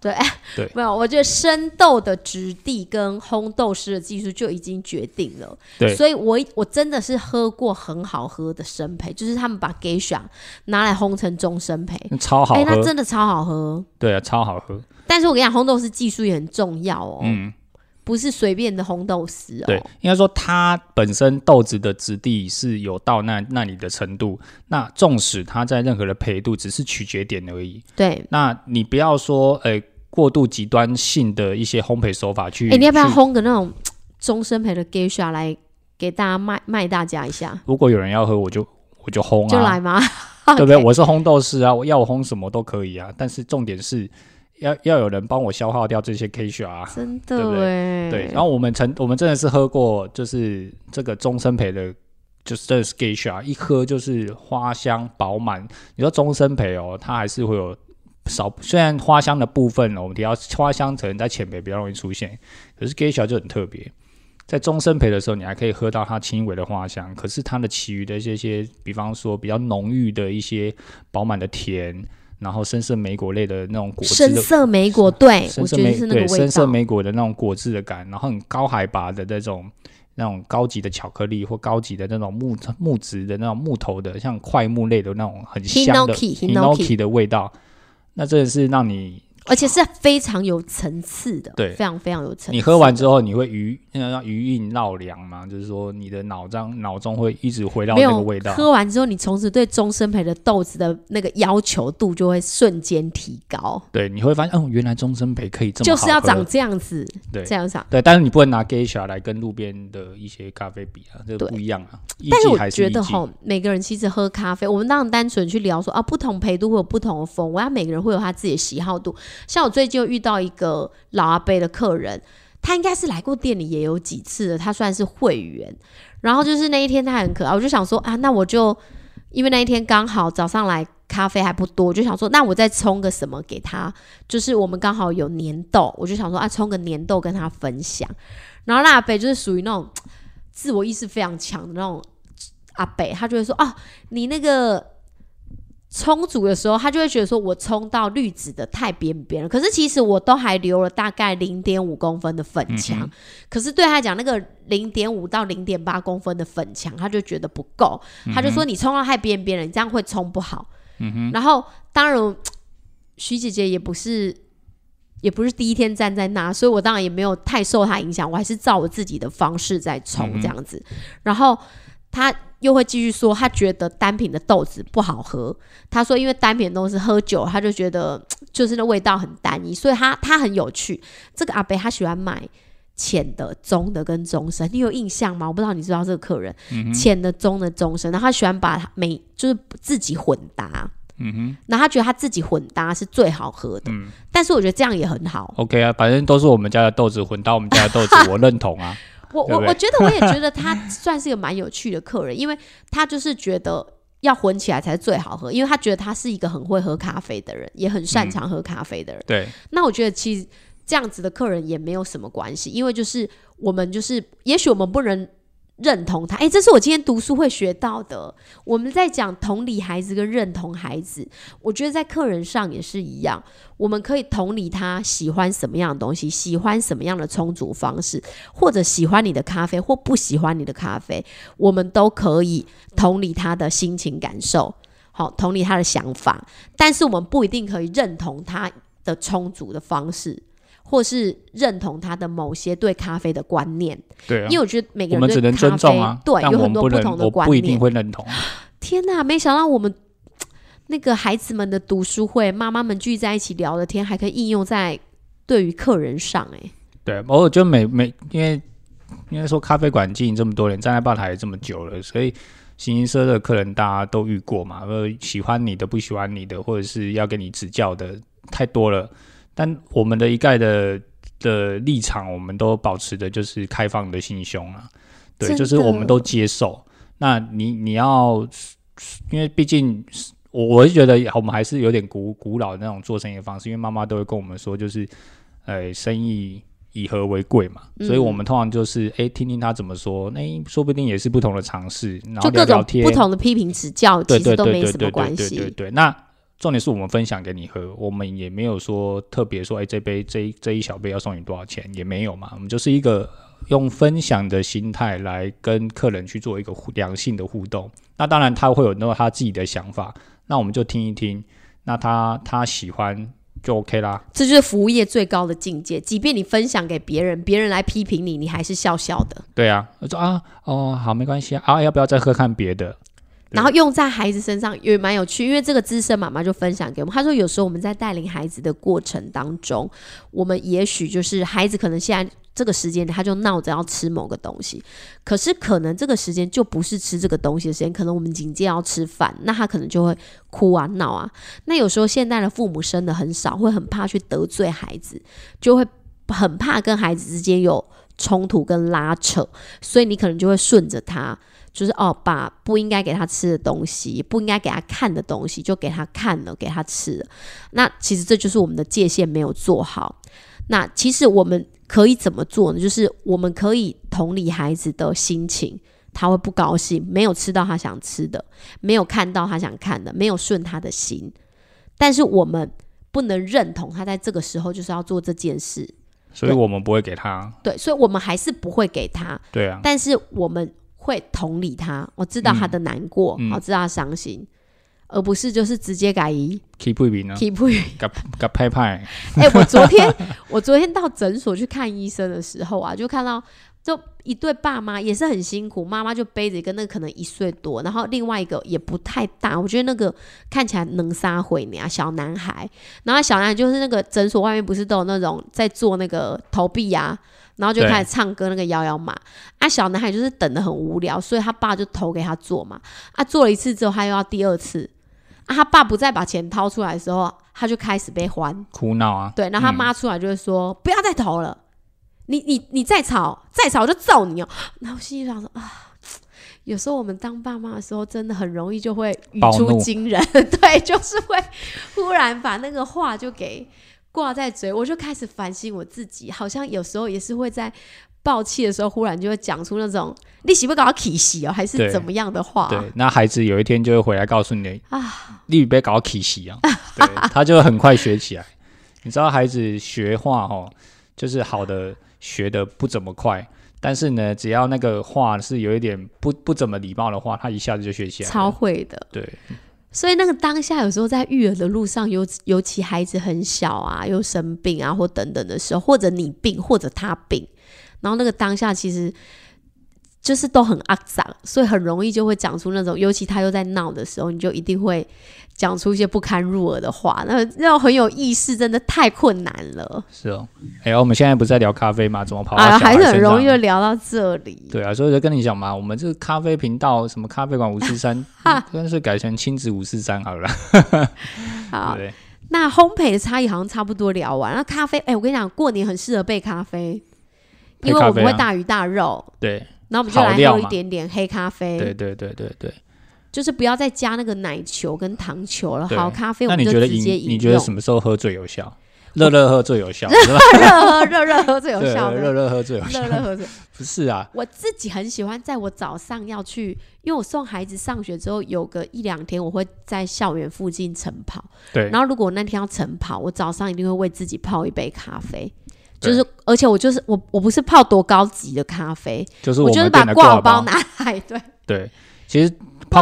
S2: 没有，我觉得生豆的质地跟烘豆师的技术就已经决定了。
S1: 对
S2: 所以我我真的是喝过很好喝的生培，就是他们把 g e s h a 拿来烘成中生培，
S1: 超嗯好
S2: 哎、那
S1: 喝，
S2: 真的超好喝。
S1: 对啊，超好喝。
S2: 但是我跟你讲，烘豆师技术也很重要哦，
S1: 嗯
S2: 不是随便的烘豆师哦。
S1: 对，应该说它本身豆子的质地是有到那那里的程度，那纵使它在任何的培度，只是取决点而已。
S2: 对，
S1: 那你不要说，呃，过度极端性的一些烘焙手法去。
S2: 哎、你要不要
S1: 去
S2: 烘个那种嘖中生培的 g e s h a 来给大家卖卖大家一下？
S1: 如果有人要喝，我就我就烘啊，
S2: 就来 嘛，
S1: 对不对？
S2: OK
S1: 我是烘豆师啊，我要我烘什么都可以啊，但是重点是要要有人帮我消化掉这些 K 血啊。
S2: 真
S1: 对不
S2: 的哎，
S1: 对，然后我们曾我们真的是喝过，就是这个终身培的，就是真的是 Geisha，一喝就是花香饱满。你说终身培哦，它还是会有少，虽然花香的部分呢，哦我们提到花香可能在浅培比较容易出现，可是 Geisha 就很特别。在终身培的时候，你还可以喝到它轻微的花香，可是它的其余的这些，比方说比较浓郁的一些饱满的甜，然后深色莓果类的那种果汁
S2: 深
S1: 的
S2: 色莓果，对
S1: 深
S2: 哎我
S1: 色
S2: 觉得
S1: 莓
S2: 是那个
S1: 对
S2: 味
S1: 深色
S2: 道。
S1: 莓果的那种果汁的感，然后很高海拔的那种那种高级的巧克力或高级的那种木木质的那种木头的，像块木类的那种很香的
S2: Hinoki- Hinoki
S1: hinoki 的味道，那真的是让你
S2: 而且是非常有层次的，
S1: 对
S2: 非常非常有层次。
S1: 你喝完之后你会余那叫余韵绕梁嘛，就是说你的脑张脑中会一直回到
S2: 没
S1: 那个
S2: 有
S1: 味道。
S2: 喝完之后，你从此对终身培的豆子的那个要求度就会瞬间提高，
S1: 对，你会发现，哦，原来终身培可以这么
S2: 就是
S1: 好
S2: 要
S1: 喝
S2: 长这样子，
S1: 对
S2: 这样长。
S1: 对，但是你不能拿 geisha 来跟路边的一些咖啡比啊，这个
S2: 对
S1: 不一样啊。艺
S2: 但是
S1: 妓
S2: 我
S1: 还是
S2: 觉
S1: 艺
S2: 得
S1: 妓
S2: 吼，每个人其实喝咖啡，我们当然单纯去聊说啊，不同陪度会有不同的风味，啊，每个人会有他自己的喜好度。像我最近又遇到一个老阿伯的客人，他应该是来过店里也有几次的，他算是会员。然后就是那一天他很可爱，我就想说啊，那我就因为那一天刚好早上来咖啡还不多，我就想说那我再冲个什么给他，就是我们刚好有年豆，我就想说啊，冲个年豆跟他分享。然后那阿北就是属于那种自我意识非常强的那种阿北，他就会说哦，你那个。冲煮的时候，他就会觉得说，我冲到滤纸的太边边了。可是其实我都还留了大概零点五公分的粉墙，可是对他来讲，那个零点五到零点八公分的粉墙，他就觉得不够，他就说你冲到太边边了，你这样会冲不好。然后当然，徐姐姐也不是。也不是第一天站在那，所以我当然也没有太受她影响，我还是照我自己的方式在冲这样子。然后她又会继续说，她觉得单品的豆子不好喝。她说，因为单品的豆子喝久了，她就觉得就是那味道很单一，所以她她很有趣。这个阿伯他喜欢买浅的、中的跟中深，你有印象吗？我不知道你知道这个客人，浅的、中的、中深，然后他喜欢把它每就是自己混搭，嗯哼，嗯然后他觉得他自己混搭是最好喝的，但是我觉得这样也很好，
S1: OK 啊，反正都是我们家的豆子混到我们家的豆 子，我认同啊。
S2: 我
S1: 对
S2: 我
S1: 不对
S2: 我觉得我也觉得他算是一个蛮有趣的客人，因为他就是觉得要混起来才是最好喝，因为他觉得他是一个很会喝咖啡的人，也很
S1: 嗯
S2: 擅长喝咖啡的人。
S1: 对，
S2: 那我觉得其实这样子的客人也没有什么关系，因为就是我们就是，也许我们不能认同他。哎，这是我今天读书会学到的。我们在讲同理孩子跟认同孩子，我觉得在客人上也是一样，我们可以同理他喜欢什么样的东西，喜欢什么样的充足方式，或者喜欢你的咖啡，或不喜欢你的咖啡，我们都可以同理他的心情感受。好，同理他的想法，但是我们不一定可以认同他的充足的方式，或是认同他的某些对咖啡的观念，
S1: 对啊
S2: 因，为我觉得每个
S1: 我
S2: 人
S1: 们只能
S2: 对咖
S1: 尊
S2: 啡
S1: 重啊，
S2: 对，
S1: 但
S2: 有
S1: 我
S2: 很
S1: 们
S2: 多
S1: 不能，
S2: 同的
S1: 我
S2: 观
S1: 不一定
S2: 念。
S1: 会认同。啊
S2: 天哪，没想到我们那个孩子们的读书会，妈妈们聚在一起聊的天，还可以应用在对于客人上、哎，
S1: 对，偶尔就每每因为应该说咖啡馆经营这么多年，站在吧台这么久了，所以形形色色的客人大家都遇过嘛，呃，喜欢你的、不喜欢你的，或者是要跟你指教的太多了。但我们的一概的的立场，我们都保持的就是开放的心胸啊，对，
S2: 真
S1: 就是我
S2: 的
S1: 们都接受。那你你要，因为毕竟我我是觉得我们还是有点古古老的那种做生意的方式，因为妈妈都会跟我们说，就是，呃，生意以和为贵嘛，
S2: 嗯
S1: 所以我们通常就是哎、诶听听他怎么说，那、说不定也是不同的尝试，然后
S2: 就
S1: 聊
S2: 各
S1: 聊
S2: 种
S1: 天，
S2: 不同的批评指教，
S1: 对
S2: 其
S1: 对
S2: 实都
S1: 对
S2: 没
S1: 对
S2: 什么
S1: 对对
S2: 关
S1: 对对
S2: 系。
S1: 对。那重点是我们分享给你喝，我们也没有说特别说，哎、这杯这一这一小杯要送你多少钱，也没有嘛。我们就是一个用分享的心态来跟客人去做一个互良性的互动。那当然他会有那他自己的想法，那我们就听一听。那他他喜欢就 OK 啦，
S2: 这就是服务业最高的境界。即便你分享给别人，别人来批评你，你还是笑笑的。
S1: 对啊。我说啊，哦，好，没关系啊，啊，要不要再喝看别的？对
S2: 然后用在孩子身上也蛮有趣，因为这个资深妈妈就分享给我们，她说有时候我们在带领孩子的过程当中，我们也许就是孩子可能现在这个时间他就闹着要吃某个东西，可是可能这个时间就不是吃这个东西的时间，可能我们紧接着要吃饭，那他可能就会哭啊闹啊。那有时候现在的父母生的很少，会很怕去得罪孩子，就会很怕跟孩子之间有冲突跟拉扯，所以你可能就会顺着他。就是哦，把不应该给他吃的东西，不应该给他看的东西，就给他看了，给他吃了。那其实这就是我们的界限没有做好。那其实我们可以怎么做呢？就是我们可以同理孩子的心情，他会不高兴，没有吃到他想吃的，没有看到他想看的，没有顺他的心。但是我们不能认同他在这个时候就是要做这件事，
S1: 所以我们不会给他，
S2: 对，所以我们还是不会给他。
S1: 对啊，
S2: 但是我们会同理他，我知道他的难过，
S1: 嗯嗯
S2: 我知道他伤心，而不是就是直接改移
S1: keep 不赢啊，
S2: keep 不语。
S1: 给拍拍。
S2: 哎、我昨天我昨天到诊所去看医生的时候啊，就看到就一对爸妈也是很辛苦，妈妈就背着一个那个可能一岁多，然后另外一个也不太大，我觉得那个看起来能撒回你啊，小男孩。然后小男孩就是那个诊所外面不是都有那种在做那个投币啊，然后就
S1: 对
S2: 开始唱歌那个摇摇马啊，小男孩就是等的很无聊，所以他爸就投给他做嘛，啊做了一次之后他又要第二次。啊，他爸不再把钱掏出来的时候，他就开始被还。
S1: 哭闹啊，
S2: 对，然后他妈出来就会说：“不要再投了，你你你再吵，再吵我就揍你哦。”然后我心里想说啊。有时候我们当爸妈的时候，真的很容易就会语
S1: 暴
S2: 出
S1: 怒
S2: 惊人， 对，就是会忽然把那个话就给挂在嘴，我就开始反省我自己，好像有时候也是会在爆气的时候，忽然就会讲出那种“你喜不搞气息哦”还是
S1: 对
S2: 怎么样的话哦
S1: 对，那孩子有一天就会回来告诉你，
S2: 啊？
S1: 你别搞体习 啊，对，他就很快学起来。你知道孩子学话哦，就是好的学的不怎么快，但是呢，只要那个话是有一点不不怎么礼貌的话，他一下子就学起来了。
S2: 超会的，
S1: 对，
S2: 所以那个当下，有时候在育儿的路上，尤尤其孩子很小啊，又生病啊，或等等的时候，或者你病，或者他病，然后那个当下其实就是都很肮脏，所以很容易就会讲出那种，尤其他又在闹的时候，你就一定会讲出一些不堪入耳的话，那那种很有意识，真的太困难了
S1: 是哦。哎、我们现在不是在聊咖啡吗？怎么跑到
S2: 啊，
S1: 小孩
S2: 还
S1: 身
S2: 是
S1: 上？
S2: 很容易就聊到这里。
S1: 对啊，所以就跟你讲嘛，我们这个咖啡频道什么咖啡馆五四三，干脆改成亲子五四三好了啦，对
S2: 好
S1: 不，对？
S2: 那烘焙的差异好像差不多聊完。那咖啡，哎、我跟你讲，过年很适合备咖啡，
S1: 配
S2: 因为我
S1: 咖啡
S2: 们
S1: 啊
S2: 会大鱼大肉，
S1: 对
S2: 然后我们就
S1: 好
S2: 来
S1: 料
S2: 喝一
S1: 嘛
S2: 点点黑咖啡，
S1: 对对对对对。
S2: 就是不要再加那个奶球跟糖球了。
S1: 对
S2: 好咖啡
S1: 那
S2: 我们
S1: 你
S2: 就
S1: 觉得
S2: 直接
S1: 饮？
S2: 饮
S1: 你觉得
S2: 用
S1: 什么时候喝最有效？热热喝最有效，是吧？
S2: 热喝热热喝最有
S1: 对
S2: 效
S1: 热
S2: 的，
S1: 热喝最有效
S2: 热，热喝最。
S1: 不是啊？
S2: 我自己很喜欢，在我早上要去，因为我送孩子上学之后，有个一两天我会在校园附近晨跑。
S1: 对
S2: 然后如果我那天要晨跑，我早上一定会为自己泡一杯咖啡，就
S1: 对
S2: 是而且我就是我我不是泡多高级的咖啡，
S1: 就是
S2: 我
S1: 我
S2: 就是
S1: 们
S2: 把
S1: 店的
S2: 挂
S1: 挂
S2: 耳包。拿来，对，
S1: 对，其实
S2: 挂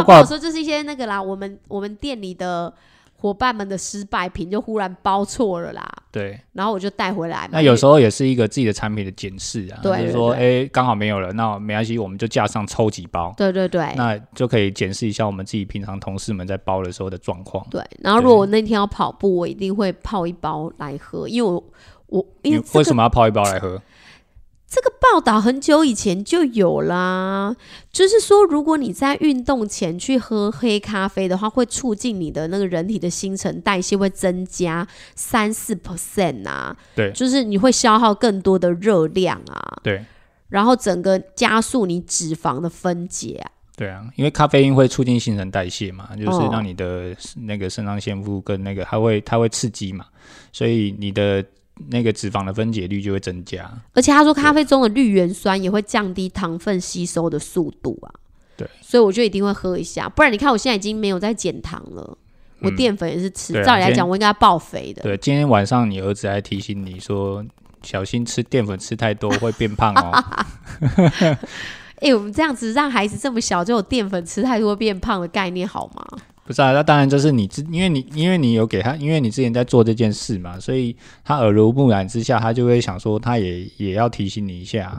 S1: 泡
S2: 包
S1: 挂
S2: 有时候就是一些那个啦，我们我们店里的伙伴们的失败品就忽然包错了啦，
S1: 对，
S2: 然后我就带回来嘛。
S1: 那有时候也是一个自己的产品的检视啊，
S2: 对
S1: 就是
S2: 对
S1: 说，哎、
S2: 对
S1: 刚好没有了，那没关系，我们就架上抽几包，
S2: 对对对
S1: 那就可以检视一下我们自己平常同事们在包的时候的状况。
S2: 对，然后如果我那天要跑步，我一定会泡一包来喝，因为我我因
S1: 你
S2: 为
S1: 为
S2: 这
S1: 什
S2: 个
S1: 么要泡一包来喝？
S2: 这个报道很久以前就有啦，就是说如果你在运动前去喝黑咖啡的话，会促进你的那个人体的新陈代谢会增加三四 percent 啊，
S1: 对
S2: 就是你会消耗更多的热量啊，
S1: 对
S2: 然后整个加速你脂肪的分解啊，
S1: 对啊，因为咖啡因会促进新陈代谢嘛，就是
S2: 哦
S1: 让你的那个肾上腺素跟那个它会它会刺激嘛，所以你的那个脂肪的分解率就会增加。
S2: 而且他说咖啡中的绿原酸也会降低糖分吸收的速度啊。
S1: 对，
S2: 所以我就一定会喝一下，不然你看我现在已经没有在减糖了，我
S1: 嗯
S2: 淀粉也是吃，
S1: 对啊
S2: 照理来
S1: 今
S2: 讲
S1: 天
S2: 我应该要爆肥的。
S1: 对，今天晚上你儿子还提醒你说，小心吃淀粉吃太多会变胖 哦。
S2: 哎、我们这样子让孩子这么小就有淀粉吃太多变胖的概念好吗？
S1: 不是啊，那当然这是你之，因为你因为你有给他，因为你之前在做这件事嘛，所以他耳濡目染之下，他就会想说，他也也要提醒你一下、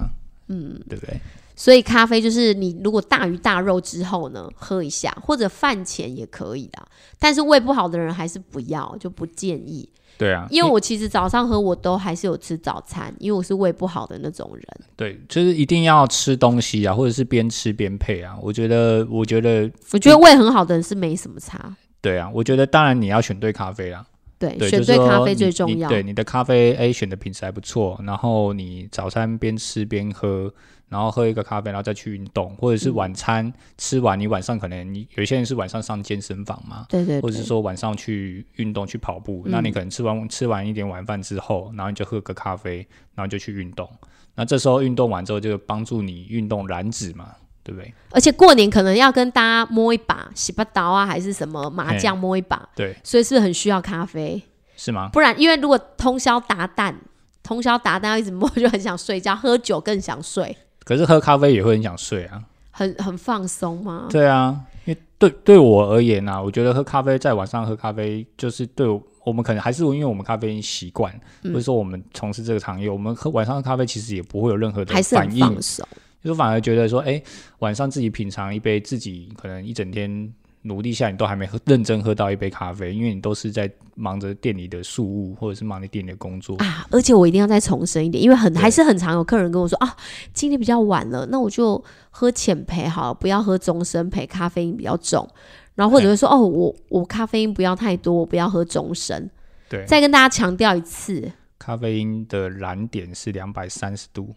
S1: 嗯，对不对？
S2: 所以咖啡就是你如果大鱼大肉之后呢，喝一下或者饭前也可以啦。但是胃不好的人还是不要，就不建议。
S1: 对啊，
S2: 因为我其实早上喝我都还是有吃早餐，因为我是胃不好的那种人。
S1: 对，就是一定要吃东西啊，或者是边吃边配啊。我觉得，我觉得，
S2: 我觉得胃很好的人是没什么差。
S1: 对啊，我觉得当然你要选对咖啡啦。
S2: 对，
S1: 对，
S2: 选
S1: 就是
S2: 对
S1: 说
S2: 咖啡
S1: 你
S2: 最重
S1: 你
S2: 要。
S1: 对，你的咖啡，哎，选的品质还不错，然后你早餐边吃边喝，然后喝一个咖啡，然后再去运动，或者
S2: 嗯
S1: 是晚餐、吃完，你晚上可能你有些人是晚上上健身房嘛，
S2: 对对
S1: 或者是
S2: 对，嗯
S1: 说晚上去运动去跑步，那你可能吃完吃完一点晚饭之后，然后你就喝个咖啡，然后就去运动。那这时候运动完之后，就帮助你运动燃脂嘛，对不对？
S2: 而且过年可能要跟大家摸一把洗把刀啊，还是什么麻将摸一把，
S1: 对，
S2: 所以是不是很需要咖啡？
S1: 是吗？
S2: 不然，因为如果通宵达旦，通宵达旦要一直摸，就很想睡觉，喝酒更想睡，
S1: 可是喝咖啡也会很想睡啊。
S2: 很很放松嘛。
S1: 对啊，因为对对我而言啊，我觉得喝咖啡在晚上喝咖啡，就是对我我们可能还是因为我们咖啡因习惯，
S2: 嗯
S1: 或者说我们从事这个行业，我们喝晚上喝咖啡其实也不会有任何的
S2: 还是
S1: 反
S2: 很
S1: 应
S2: 放，松，
S1: 就反而觉得说，哎，晚上自己品尝一杯，自己可能一整天。努力下，你都还没喝认真喝到一杯咖啡，因为你都是在忙着店里的事务，或者是忙着店里的工作。
S2: 啊！而且我一定要再重申一点，因为很
S1: 对
S2: 还是很常有客人跟我说啊，今天比较晚了，那我就喝浅焙好了，不要喝中深焙，咖啡因比较重。然后或者会说哦，我我咖啡因不要太多，我不要喝中深。
S1: 对，
S2: 再跟大家强调一次，
S1: 咖啡因的燃点是两百三十度，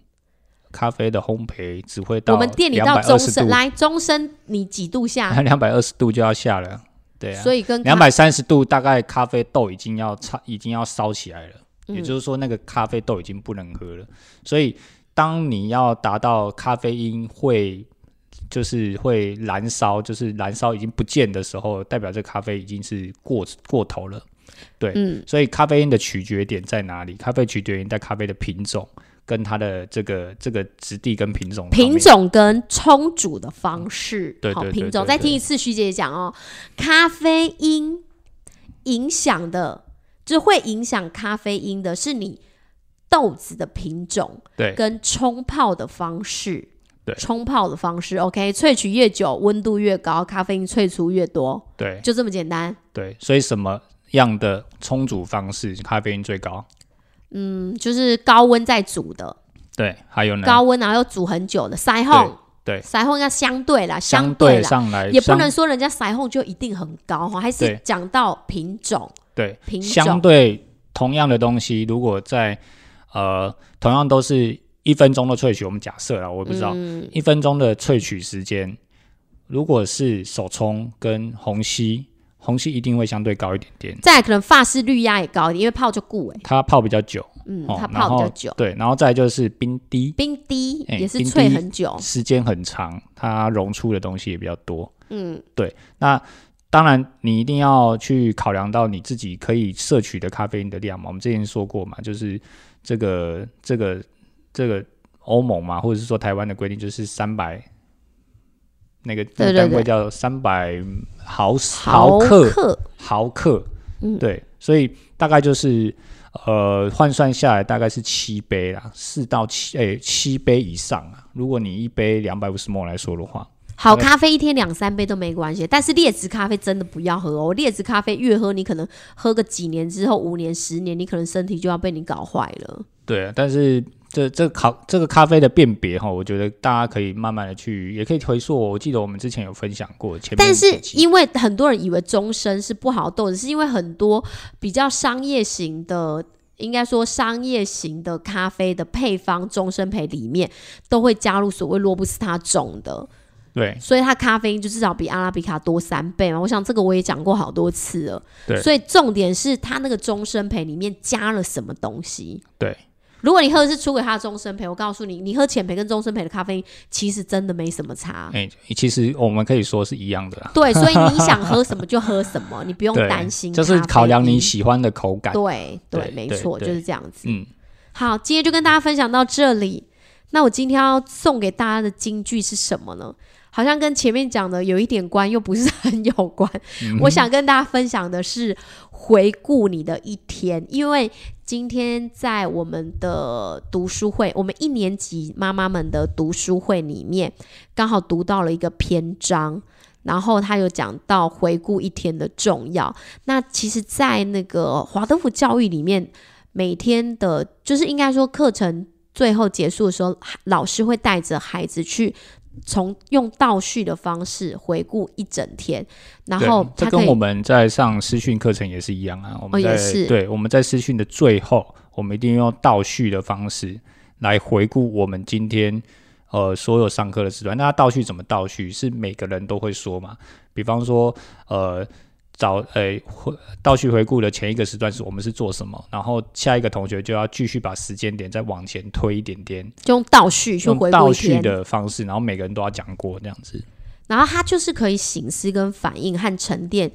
S1: 咖啡的烘焙只会到
S2: 我们店里到中
S1: 220
S2: 深
S1: 度，
S2: 来中深，你几度 下？
S1: 两百二十度就要下了，对啊，
S2: 所以跟咖
S1: 两百三十度大概咖啡豆已经要差，已经要烧起来了，
S2: 嗯
S1: 也就是说那个咖啡豆已经不能喝了。所以当你要达到咖啡因会就是会燃烧，就是燃烧已经不见的时候，代表这咖啡已经是过过头了。对，
S2: 嗯
S1: 所以咖啡因的取决点在哪里？咖啡取决点在咖啡的品种跟它的这个这个质地跟品种上面
S2: 品种跟冲煮的方式，
S1: 对
S2: 好
S1: 对对
S2: 品种。
S1: 对
S2: 再听一次，徐姐讲哦，咖啡因影响的，就会影响咖啡因的是你豆子的品种
S1: 对
S2: 跟冲泡的方式。
S1: 对
S2: 冲泡的方式，OK，萃取越久，温度越高，咖啡因萃出越多，
S1: 对
S2: 就这么简单。
S1: 对，所以什么样的冲煮方式咖啡因最高？
S2: 嗯，就是高温在煮的，
S1: 对，还有呢？
S2: 高温然后又煮很久的腮红，
S1: 对对
S2: 腮红要相对啦，
S1: 相
S2: 对啦，
S1: 上来
S2: 也不
S1: 相
S2: 能说人家腮红就一定很高哈，还是
S1: 对
S2: 讲到品种
S1: 对
S2: 品种
S1: 相对同样的东西，如果在呃同样都是一分钟的萃取，我们假设啦，我不知道、
S2: 嗯
S1: 一分钟的萃取时间，如果是手冲跟虹吸虹吸一定会相对高一点点，
S2: 再来可能发丝率压也高一点，因为泡就固哎、
S1: 它泡比较久，
S2: 嗯，
S1: 哦
S2: 它
S1: 然
S2: 泡比较
S1: 后
S2: 久。
S1: 对，然后再来就是冰滴，
S2: 冰滴
S1: 哎
S2: 也是
S1: 冰滴
S2: 脆很久，
S1: 时间很长，它溶出的东西也比较多。
S2: 嗯，
S1: 那当然，你一定要去考量到你自己可以摄取的咖啡因的量嘛。我们之前说过嘛，就是这个这个这个欧盟嘛，或者是说台湾的规定，就是三百那个
S2: 对对
S1: 单位
S2: 对
S1: 叫三百毫
S2: 毫
S1: 克
S2: 克，
S1: 毫克，
S2: 嗯
S1: 对，所以大概就是呃换算下来大概是七杯啦，四到七诶、七杯以上啊。如果你一杯两百五十 ml 来说的话，
S2: 好咖啡一天两三杯都没关系，但是劣质咖啡真的不要喝哦。劣质咖啡越喝，你可能喝个几年之后，五年、十年，你可能身体就要被你搞坏了。
S1: 对啊，但是这这咖这个咖啡的辨别哈，我觉得大家可以慢慢的去，也可以回溯我。我记得我们之前有分享过前面
S2: 但
S1: 几
S2: 是
S1: 集
S2: 因为很多人以为终身是不好的豆子，是因为很多比较商业型的，应该说商业型的咖啡的配方终身培里面都会加入所谓罗布斯塔种的，
S1: 对
S2: 所以它咖啡因就至少比阿拉比卡多三倍嘛。我想这个我也讲过好多次了。
S1: 对
S2: 所以重点是它那个终身培里面加了什么东西。
S1: 对，
S2: 如果你喝的是出给它的终身培，我告诉你，你喝浅培跟终身培的咖啡因其实真的没什么差。
S1: 哎、其实我们可以说是一样 的啦，
S2: 对，所以你想喝什么就喝什么，你不用
S1: 对
S2: 担心咖
S1: 就
S2: 啡因。
S1: 是考量你喜欢的口感。
S2: 对对
S1: 对，
S2: 没
S1: 对
S2: 错，就
S1: 对
S2: 是这样子。
S1: 嗯，
S2: 好，今天就跟大家分享到这里。那我今天要送给大家的金句是什么呢？好像跟前面讲的有一点关，又不是很有关。
S1: 嗯
S2: 我想跟大家分享的是回顾你的一天，因为今天在我们的读书会，我们一年级妈妈们的读书会里面，刚好读到了一个篇章，然后他有讲到回顾一天的重要。那其实，在那个华德福教育里面，每天的，就是应该说课程最后结束的时候，老师会带着孩子去从用倒叙的方式回顾一整天，然后
S1: 对
S2: 他
S1: 这
S2: 可
S1: 跟我
S2: 以
S1: 们在上私训课程也是一样啊。我们
S2: 哦
S1: 在、
S2: 也是
S1: 对我们在私训的最后，我们一定用倒叙的方式来回顾我们今天呃所有上课的时段。那它倒叙怎么倒叙？是每个人都会说嘛？比方说呃。早呃回倒叙回顾的前一个时段是我们是做什么，然后下一个同学就要继续把时间点再往前推一点点，
S2: 就用倒叙去
S1: 用
S2: 回顾
S1: 倒
S2: 一
S1: 叙
S2: 天，
S1: 的方式，然后每个人都要讲过这样子。
S2: 然后他就是可以醒思跟反应和沉淀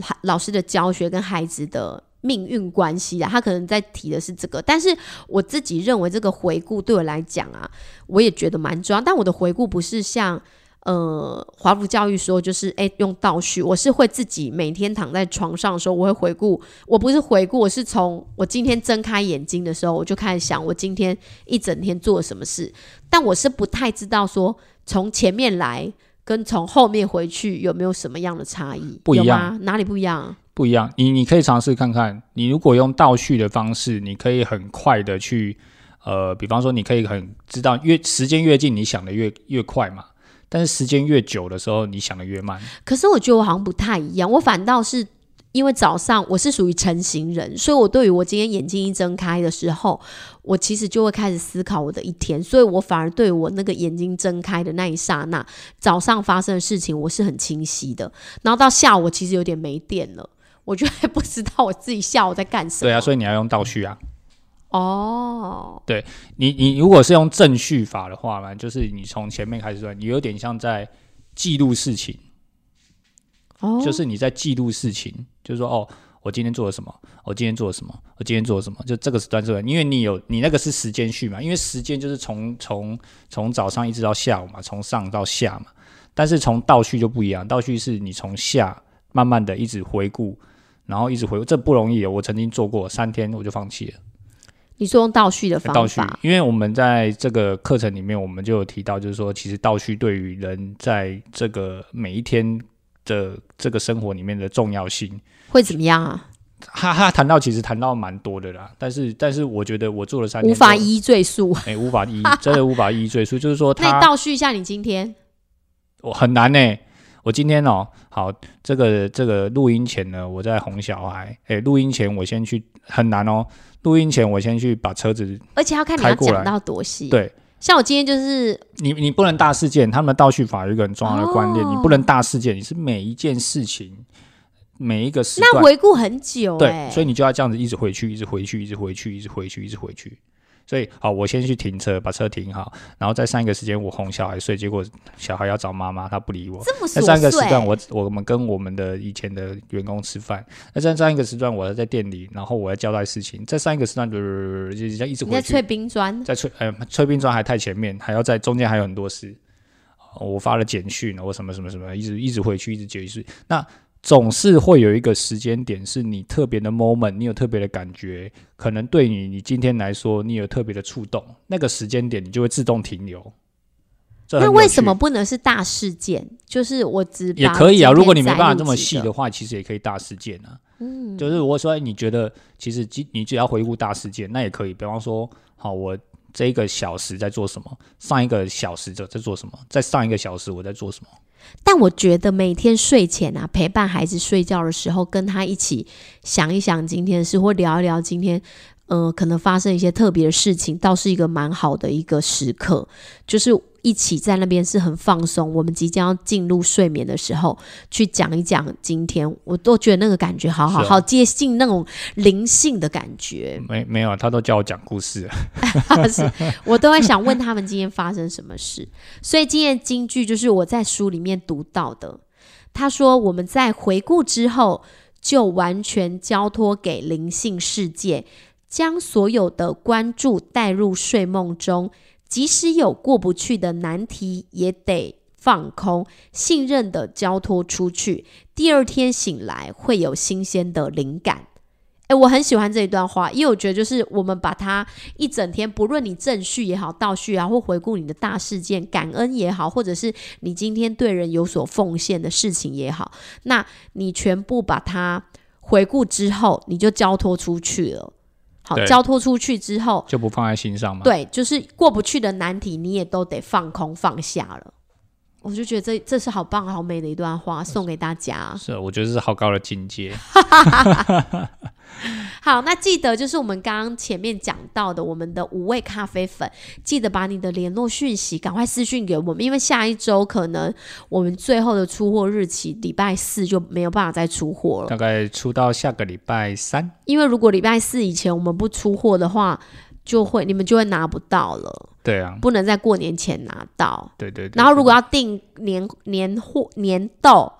S2: 孩老师的教学跟孩子的命运关系啊。他可能在提的是这个，但是我自己认为这个回顾对我来讲啊，我也觉得蛮重要。但我的回顾不是像。呃，华福教育说就是，哎、用倒叙，我是会自己每天躺在床上的时候，我会回顾，我不是回顾，我是从我今天睁开眼睛的时候，我就开始想我今天一整天做了什么事，但我是不太知道说从前面来跟从后面回去有没有什么样的差异？
S1: 不一样
S2: 有吗？哪里不一样？
S1: 不一样，你你可以尝试看看，你如果用倒叙的方式，你可以很快的去，呃，比方说你可以很知道越时间越近，你想的越越快嘛，但是时间越久的时候，你想的越慢。
S2: 可是我觉得我好像不太一样，我反倒是因为早上我是属于成型人，所以我对于我今天眼睛一睁开的时候，我其实就会开始思考我的一天，所以我反而对我那个眼睛睁开的那一刹那，早上发生的事情我是很清晰的，然后到下午我其实有点没电了。我就会不知道我自己下午在干什么。
S1: 对啊，所以你要用倒叙啊。
S2: 哦，
S1: 你你如果是用正叙法的话嘛，就是你从前面开始算，你有点像在记录事情，
S2: 哦，
S1: 就是你在记录事情，就是说哦，我今天做了什么，我今天做了什么，我今天做了什么，就这个时段是吧，因为你有你那个是时间序嘛，因为时间就是从从从早上一直到下午嘛，从上到下嘛，但是从倒序就不一样，倒序是你从下慢慢的一直回顾。然后一直回顾，这不容易哦。我曾经做过三天，我就放弃了
S2: 你说用倒叙的方
S1: 倒序
S2: 法，，
S1: 因为我们在这个课程里面，我们就有提到，就是说，其实倒序对于人在这个每一天的这个生活里面的重要性。
S2: 会怎么样啊？
S1: 哈哈，谈到其实谈到蛮多的啦，但是但是我觉得我做了三年
S2: 无法
S1: 之后，
S2: 一一赘述。
S1: 哎、无法一，真的无法一一赘述，就是说
S2: 那你
S1: 他
S2: 倒叙一下你今天
S1: 我很难呢、我今天哦，好，这个这个录音前呢，我在哄小孩，哎、录音前我先去很难哦，录音前我先去把车子，
S2: 而且要看你要
S1: 开过来
S2: 讲到多细。
S1: 对，
S2: 像我今天就是
S1: 你你不能大事件，他们的倒叙法有一个很重要的观念，
S2: 哦
S1: 你不能大事件，你是每一件事情每一个时
S2: 那
S1: 段，
S2: 回顾很久哎、
S1: 对，所以你就要这样子一直回去，一直回去，一直回去，一直回去，一直回去。所以，好，我先去停车，把车停好，然后再上一个时间我哄小孩睡，结果小孩要找妈妈，他不理我。
S2: 这么琐
S1: 那
S2: 碎。欸
S1: 上一个时段我，我们跟我们的以前的员工吃饭。那在上一个时段，我要在店里，然后我要交代事情。在上一个时段，就就就一直
S2: 你
S1: 回
S2: 在
S1: 去
S2: 吹，冰砖，
S1: 在吹，呃，吹冰砖还太前面，还要在中间还有很多事。哦我发了简讯，我什么什么什么，一直一直回去，一直解释。那总是会有一个时间点，是你特别的 moment，你有特别的感觉，可能对你你今天来说，你有特别的触动，那个时间点你就会自动停留。这很
S2: 那
S1: 有
S2: 为
S1: 趣
S2: 什么不能是大事件？就是我只
S1: 也
S2: 把
S1: 可以啊，
S2: 今
S1: 如果你
S2: 天
S1: 没办
S2: 摘
S1: 法
S2: 录
S1: 这么
S2: 几
S1: 细
S2: 个
S1: 的话，其实也可以大事件啊。
S2: 嗯，
S1: 就是我说，哎你觉得其实只你只要回顾大事件，那也可以。比方说，好，我这一个小时在做什么，上一个小时在在做什么，再上一个小时我在做什么。
S2: 但我觉得每天睡前啊，陪伴孩子睡觉的时候，跟他一起想一想今天的事，或聊一聊今天，呃，可能发生一些特别的事情，倒是一个蛮好的一个时刻，就是。一起在那边是很放松。我们即将要进入睡眠的时候，去讲一讲今天，我都觉得那个感觉好好，
S1: 是啊
S2: 好接近那种灵性的感觉。
S1: 没没有，他都叫我讲故事了。
S2: 是我都会想问他们今天发生什么事。所以今天的金句就是我在书里面读到的，他说我们在回顾之后，就完全交托给灵性世界，将所有的关注带入睡梦中，即使有过不去的难题，也得。放空，信任的交托出去。第二天醒来会有新鲜的灵感。诶，我很喜欢这一段话，因为我觉得就是我们把它一整天，不论你正序也好，倒序啊，或回顾你的大事件、感恩也好，或者是你今天对人有所奉献的事情也好，那你全部把它回顾之后，你就交托出去了。好，
S1: 对
S2: 交托出去之后，
S1: 就不放在心上嘛。，
S2: 对，就是过不去的难题，你也都得放空放下了。我就觉得这这是好棒好美的一段话，送给大家。
S1: 是啊我觉得是好高的境界。
S2: 好，那记得就是我们刚刚前面讲到的，我们的五味咖啡粉，记得把你的联络讯息赶快私讯给我们，因为下一周可能我们最后的出货日期礼拜四就没有办法再出货了，
S1: 大概出到下个礼拜三，
S2: 因为如果礼拜四以前我们不出货的话，就会你们就会拿不到了，
S1: 对啊，
S2: 不能在过年前拿到。
S1: 对对对。
S2: 然后如果要订年年货年豆。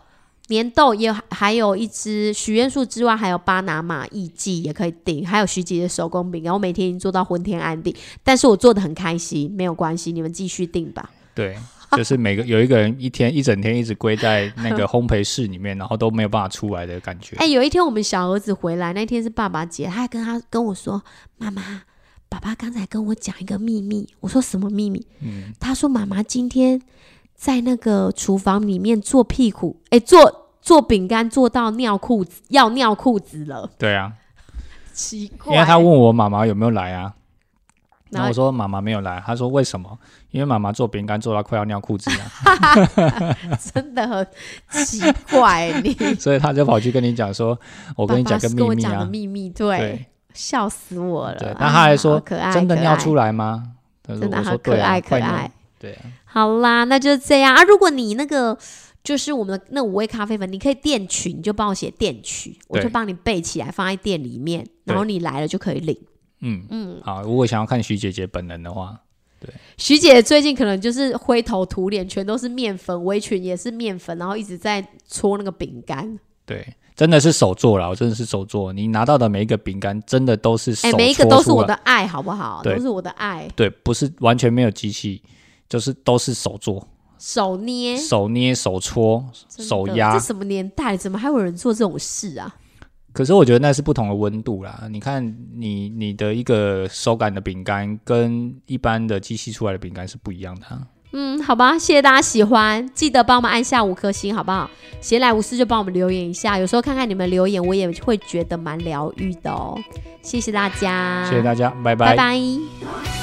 S2: 年豆也有还有一支许愿树之外，还有巴拿马艺伎也可以订，还有徐姐的手工饼干。我每天已经做到昏天暗地，但是我做的很开心，没有关系，你们继续订吧。
S1: 对，就是每个有一个人一天一整天一直归在那 个烘焙室里面，然后都没有办法出来的感觉。
S2: 哎、有一天我们小儿子回来，那天是爸爸节，他还跟他跟我说：“妈妈，爸爸刚才跟我讲一个秘密。”我说：“什么秘密？”
S1: 嗯，
S2: 他说：“妈妈今天在那个厨房里面做屁股，哎、做做饼干做到尿裤子，要尿裤子了。”
S1: 对啊，
S2: 奇怪，
S1: 因为他问我妈妈有没有来啊，然
S2: 然后
S1: 后我说妈妈没有来，他说为什么？因为妈妈做饼干做到快要尿裤子啊 了，
S2: 真的很奇怪你，
S1: 所以他就跑去跟你讲说， 我
S2: 我
S1: 跟你讲个秘密
S2: 讲的
S1: 啊，
S2: 秘密，对，
S1: 对
S2: 笑死我了
S1: 对。。
S2: 哎
S1: 那他还
S2: 呀
S1: 说
S2: 好可爱，
S1: 真的尿出
S2: 来，
S1: 来吗？他说
S2: 真的
S1: 我
S2: 好
S1: 说
S2: 可
S1: 对啊，
S2: 爱，可
S1: 快尿
S2: 爱。
S1: 对啊，
S2: 好啦，那就这样啊。如果你那个就是我们的那五味咖啡粉，你可以店取，你就帮我写店取，我就
S1: 对
S2: 帮你备起来，放在店里面，然后你来了就可以领。
S1: 嗯嗯，好，如果想要看徐姐姐本人的话，
S2: 徐姐最近可能就是灰头土脸，全都是面粉，围裙也是面粉，然后一直在搓那个饼干。
S1: 对，真的是手做啦，我真的是手做，你拿到的每一个饼干真的都是手
S2: 哎、
S1: 搓
S2: 每一个都是
S1: 出
S2: 我
S1: 来
S2: 的，爱，好不好？
S1: 对
S2: 都是我的爱。
S1: 对，不是完全没有机器，就是都是手做，
S2: 手捏、
S1: 手捏、手搓、
S2: 真的
S1: 手压，
S2: 这什么年代？怎么还有人做这种事啊？
S1: 可是我觉得那是不同的温度啦。你看你，你的一个手感的饼干跟一般的机器出来的饼干是不一样的、啊。
S2: 嗯，好吧，谢谢大家喜欢，记得帮我们按下五颗星，好不好？闲来无事就帮我们留言一下，有时候看看你们留言，我也会觉得蛮疗愈的哦。谢谢大家，
S1: 谢谢大家，
S2: 拜拜